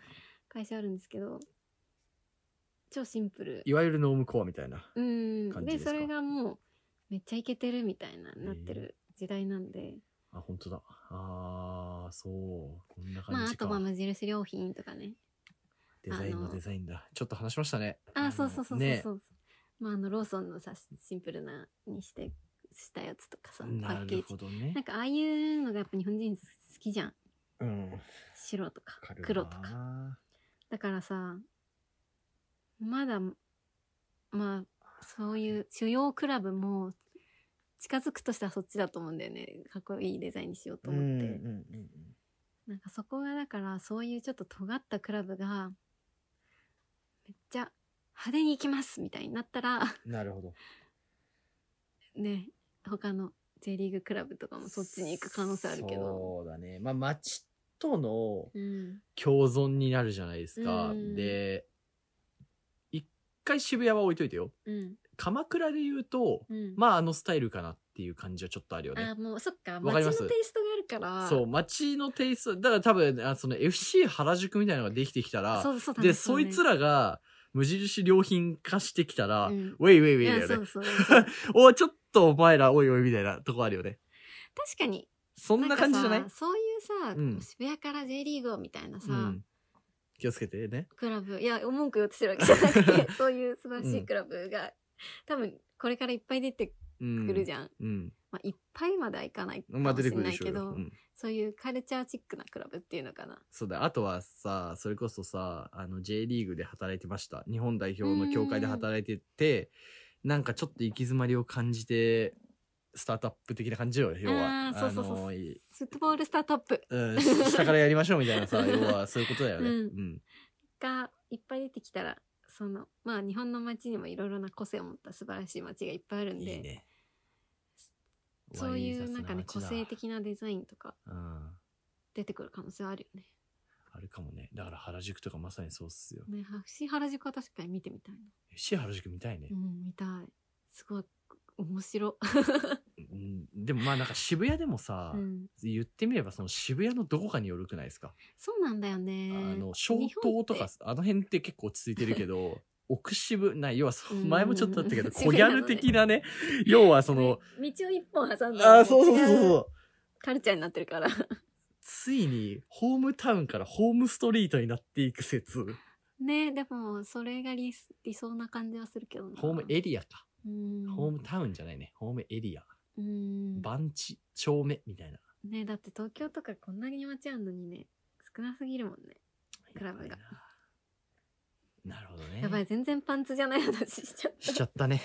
Speaker 1: 会社あるんですけど超シンプル
Speaker 2: いわゆるノームコアみたいな。
Speaker 1: うん
Speaker 2: 感
Speaker 1: で
Speaker 2: じですか
Speaker 1: それがもうめっちゃイケてるみたいななってる時代なんで、
Speaker 2: あ、本当だ。ああ、そう。こんな
Speaker 1: まあ
Speaker 2: 感
Speaker 1: あ
Speaker 2: じか。
Speaker 1: とは無印良品とかね
Speaker 2: デザイン
Speaker 1: あ
Speaker 2: の
Speaker 1: の
Speaker 2: デザインだ。ちょっと話しましたね。
Speaker 1: あ
Speaker 2: の
Speaker 1: そうそうそうそうそう、
Speaker 2: ね
Speaker 1: まああのローソンのさシンプルなにしてしたやつとかさパ
Speaker 2: な
Speaker 1: ッケー
Speaker 2: る
Speaker 1: ジ
Speaker 2: ほど
Speaker 1: なん
Speaker 2: ね。
Speaker 1: かああいうのがやっぱ日本人好きじゃん
Speaker 2: うん。わ
Speaker 1: 白とか
Speaker 2: かるな
Speaker 1: 黒とかだからさまだまあそういう主要クラブも近づくとしたらそっちだと思うんだよねかっこいいデザインにしようと
Speaker 2: うんうん
Speaker 1: 思
Speaker 2: う
Speaker 1: っ
Speaker 2: ん
Speaker 1: て、
Speaker 2: うん。
Speaker 1: なんかそこがだからそういうちょっと尖ったクラブがめっちゃ派手に行きますみたいになったら
Speaker 2: なるほど。
Speaker 1: ね他の J リーグクラブとかもそっちに行く可能性あるけど。
Speaker 2: そうだね。まあ、町との
Speaker 1: うん、
Speaker 2: 共存になるじゃないですか。
Speaker 1: うん
Speaker 2: で、一回渋谷は置いといてよ。
Speaker 1: うん、
Speaker 2: 鎌倉で言うと、
Speaker 1: うん。
Speaker 2: まあ、あのスタイルかなっていう感じはちょっとあるよね
Speaker 1: あ、。もうそっか、
Speaker 2: わか
Speaker 1: 街
Speaker 2: りま
Speaker 1: の
Speaker 2: す
Speaker 1: テイストがあるから。
Speaker 2: そう、街のテイスト、だから多分、あその FC 原宿みたいなのができてきたら、
Speaker 1: そうそう
Speaker 2: で、そいつ
Speaker 1: ら、
Speaker 2: らが無印良品化してきたら、
Speaker 1: う
Speaker 2: ウ
Speaker 1: ん、
Speaker 2: ェイウェイウ
Speaker 1: い
Speaker 2: ェイ
Speaker 1: や、
Speaker 2: だよ
Speaker 1: そ
Speaker 2: ね。
Speaker 1: うそうそう。確
Speaker 2: おいちょっとお前ら、おいおいみたいなとこあるよね。
Speaker 1: か に。
Speaker 2: そんな感じじゃない
Speaker 1: んかさそういうさ、
Speaker 2: うん
Speaker 1: 渋谷から J リーグをみたいなさ、
Speaker 2: うん。気をつけてね。
Speaker 1: クラブ、いや、文句言おうとしてるわけじゃなく て、そういう素晴らしいクラブが、多分これからいっぱい出て
Speaker 2: うん。
Speaker 1: くるじゃん。
Speaker 2: うん。
Speaker 1: まあ、いっぱいまではいかないか
Speaker 2: まあ
Speaker 1: もし
Speaker 2: 出
Speaker 1: てれ
Speaker 2: くる
Speaker 1: な
Speaker 2: で
Speaker 1: い
Speaker 2: しょう
Speaker 1: けど、
Speaker 2: よ。うん
Speaker 1: そういうカルチャーチックなクラブっていうのかな。
Speaker 2: そうだ。あとはさ、それこそさ、あの J リーグで働いてました。日本代表の協会で働いてて、なんかちょっと行き詰まりを感じて、スタートアップ的な感じよ、要は。
Speaker 1: あーそうそうそう
Speaker 2: あのい
Speaker 1: フットボールスタートアップ
Speaker 2: うん、下からやりましょうみた いなさ、要はそういうことだよね。
Speaker 1: う
Speaker 2: うんん。
Speaker 1: がいっぱい出てきたら、その、まあ日本の街にもいろいろな個性を持った素晴らしい街がいっぱいあるんで、
Speaker 2: いいね。
Speaker 1: そういうなんかね、
Speaker 2: ワイルダーな街
Speaker 1: 個
Speaker 2: だ
Speaker 1: 性的なデザインとか
Speaker 2: うん。
Speaker 1: 出てくる可能性はあるよね。
Speaker 2: あるかもね。だから原宿とかまさにそうっすよ。
Speaker 1: ね、はし原宿は確かに見てみたいな。
Speaker 2: FC 原宿見たいね
Speaker 1: う。ん、見たい。すごい、面白。
Speaker 2: うん、でもまあなんか渋谷でもさ、
Speaker 1: うん、
Speaker 2: 言ってみればその渋谷のどこかによるくないですか、
Speaker 1: そうなんだよね。
Speaker 2: あの小島とか
Speaker 1: 日
Speaker 2: あの辺って結構落ち着いてる けど奥渋ない要はそ
Speaker 1: うん
Speaker 2: 前もちょっとあった けど
Speaker 1: 渋
Speaker 2: 小ギ
Speaker 1: 谷の
Speaker 2: ャ
Speaker 1: ね
Speaker 2: ル的なね要はそ
Speaker 1: 本っ
Speaker 2: の
Speaker 1: て、道を一本挟んだら
Speaker 2: あーそうそうそう
Speaker 1: 違
Speaker 2: そうう
Speaker 1: カルチャーになってるから。
Speaker 2: ついにホームタウンからホームストリートになっていく説
Speaker 1: ねでもそれが理理想な感じはするけどな
Speaker 2: ホームエリアか、
Speaker 1: うん
Speaker 2: ホームタウンじゃないねホームエリア
Speaker 1: うん
Speaker 2: 番地丁目みたいな
Speaker 1: ねだって東京とかこんなに街あんのにね少なすぎるもんねクラブが
Speaker 2: やばいななるほどね
Speaker 1: やばい全然パンツじゃない話しちゃっ
Speaker 2: しちゃったね。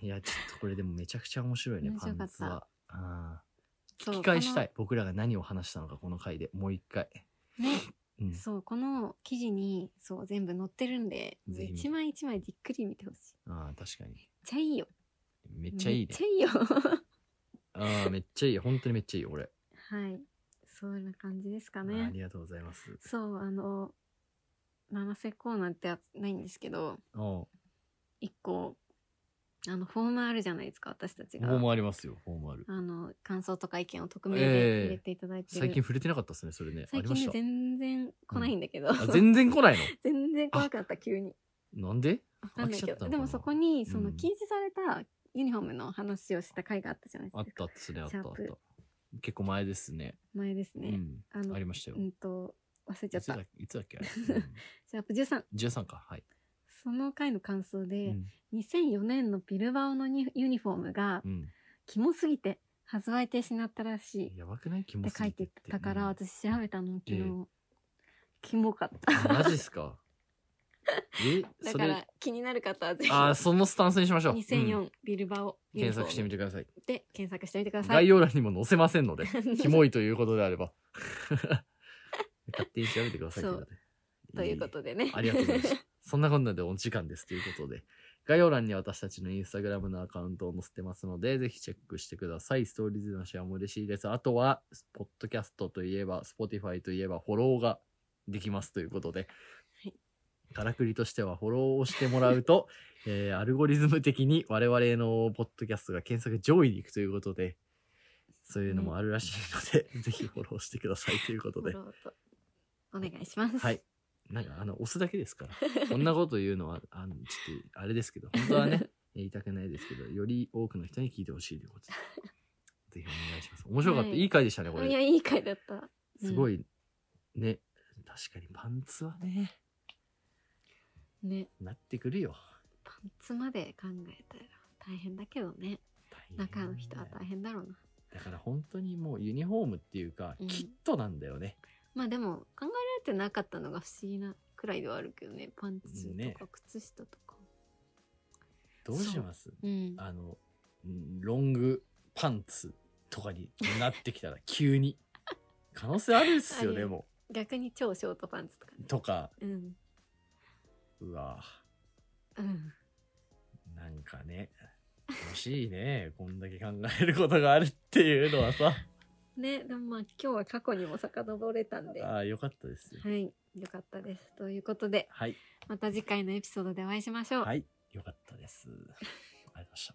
Speaker 2: いや、ちょっとこれでもめちゃくちゃ面白いね
Speaker 1: 面、
Speaker 2: パ
Speaker 1: 白かっ
Speaker 2: ン
Speaker 1: た
Speaker 2: ツは。あ
Speaker 1: た
Speaker 2: 聞き返したい。僕らが何を話したのか、この回でもう一回。
Speaker 1: このね
Speaker 2: うん。
Speaker 1: そうこの記事にそう全部載ってるんで
Speaker 2: ぜひ見て
Speaker 1: 一枚一枚じっくり見てほしい
Speaker 2: ああ、確かに。
Speaker 1: めっちゃいいよ
Speaker 2: めっちゃい
Speaker 1: め
Speaker 2: い
Speaker 1: っ
Speaker 2: ね
Speaker 1: ち。ゃいいよ
Speaker 2: ああ、めっちゃいい。本当にめっちゃいいよ、俺。
Speaker 1: はいそんな感じですか
Speaker 2: あーあ
Speaker 1: ね
Speaker 2: りがとうございます。
Speaker 1: そうあの七瀬コーナーってやつないんですけど
Speaker 2: おう
Speaker 1: 一個あのフォームあるじゃないですか私たち
Speaker 2: フ
Speaker 1: が
Speaker 2: ォームありますよ、フォームある。
Speaker 1: あの感想とか意見を匿名
Speaker 2: え
Speaker 1: で
Speaker 2: え
Speaker 1: 入れていただいてる、
Speaker 2: 最近触れてなかったですね、それね。あ
Speaker 1: 最
Speaker 2: りま
Speaker 1: 近ね
Speaker 2: した。
Speaker 1: 全然来ないんだけど、
Speaker 2: あ全然来ない
Speaker 1: 全然来なかった急に
Speaker 2: のなんで
Speaker 1: わかんないけ
Speaker 2: 飽きちゃっ
Speaker 1: ど
Speaker 2: たの
Speaker 1: で
Speaker 2: かな
Speaker 1: もそこにそうの
Speaker 2: ん
Speaker 1: 禁止されたユニフォームの話をした回があったじゃない
Speaker 2: あ
Speaker 1: で
Speaker 2: っ
Speaker 1: すか。
Speaker 2: たあった、それあったあっ
Speaker 1: シャー
Speaker 2: た。結構前ですね。
Speaker 1: 前です
Speaker 2: う
Speaker 1: ね。
Speaker 2: ん。
Speaker 1: あの
Speaker 2: ありましたよ
Speaker 1: う。んと、忘れちゃ
Speaker 2: い
Speaker 1: っ
Speaker 2: つだ
Speaker 1: た。
Speaker 2: いつだっけあれ、うん
Speaker 1: シャープ13。
Speaker 2: ?13 か。 はい。
Speaker 1: その回の感想
Speaker 2: う
Speaker 1: で、
Speaker 2: ん。
Speaker 1: 2004年のビルバオのニユニフォームが
Speaker 2: う、ん
Speaker 1: キモすぎて発売停止になったらしい。
Speaker 2: やばくない気
Speaker 1: っ
Speaker 2: 持
Speaker 1: て
Speaker 2: ち。
Speaker 1: 書いてたから、
Speaker 2: うん
Speaker 1: 私調べたの昨日、
Speaker 2: え
Speaker 1: キモかった
Speaker 2: マジっ すか。え、
Speaker 1: だ
Speaker 2: そ
Speaker 1: か
Speaker 2: れ
Speaker 1: ら、気になる方はぜひ
Speaker 2: あー、そのスタンスにしましょう。
Speaker 1: 2004、
Speaker 2: うん
Speaker 1: ビルバオ
Speaker 2: 検索してみ
Speaker 1: て
Speaker 2: てください。
Speaker 1: で検索してみてください
Speaker 2: 概要欄にも載せませんの で、 キ
Speaker 1: い
Speaker 2: モいということであれば。 勝手に調べてください
Speaker 1: そう
Speaker 2: ということで
Speaker 1: ということでね
Speaker 2: ありがとうございました。そんなこんなでお時間ですということで、概要欄に私たちのインスタグラムのアカウントを載せてますので、ぜひチェックしてください。ストーリーズのシェアも嬉しいです。あとは、ポッドキャストといえば、Spotify といえば、フォローができますということで
Speaker 1: はい、
Speaker 2: からくりとしてはフォローをしてもらうと、 えーアルゴリズム的に我々のポッドキャストが検索上位に行くということで、そういうのもあるらしいので、 ぜひフォローしてくださいということで
Speaker 1: フォ。ローとお願いし ます
Speaker 2: はい。なんか、あの、押すだけですから。こんなこと言うのは、あの、ちょっと、あれですけど、本当は ね、言いたくないですけど、より多くの人に聞いてほしいということで。ぜひお願いします。面白かった。
Speaker 1: はい
Speaker 2: いい回でしたね、こ
Speaker 1: いや
Speaker 2: れ。
Speaker 1: いい回だった
Speaker 2: すごい、ね。確かにパンツはね、
Speaker 1: ね
Speaker 2: なってくるよ。
Speaker 1: パンツまで考えたら大変だけどね
Speaker 2: 大
Speaker 1: 中
Speaker 2: 変
Speaker 1: の人は大変だろうな
Speaker 2: だから本当にもうユニフォームっていうか、
Speaker 1: うん
Speaker 2: キットなんだよね。
Speaker 1: まあでも考えられてなかったのが不思議なくらいではあるけどねパンツ
Speaker 2: ね
Speaker 1: とか靴下とか、
Speaker 2: どうします
Speaker 1: うん
Speaker 2: あの、うんロングパンツとかになってきたら急に。可能性あるっすよ
Speaker 1: あ
Speaker 2: ね、
Speaker 1: る
Speaker 2: も
Speaker 1: 逆に超ショートパンツとか
Speaker 2: う。
Speaker 1: ね
Speaker 2: とか、
Speaker 1: うん
Speaker 2: うわ
Speaker 1: うん
Speaker 2: なんかね、欲しいね。こんだけ考えることがあるっていうのはさ。
Speaker 1: ねでもまあ今日は過去にも遡れたんでは
Speaker 2: ああ、よかった ですよ。
Speaker 1: いよかったですということで
Speaker 2: はい。
Speaker 1: また次回のエピソードでお会いしましょう、
Speaker 2: はい。よかったです。ありがとうございました。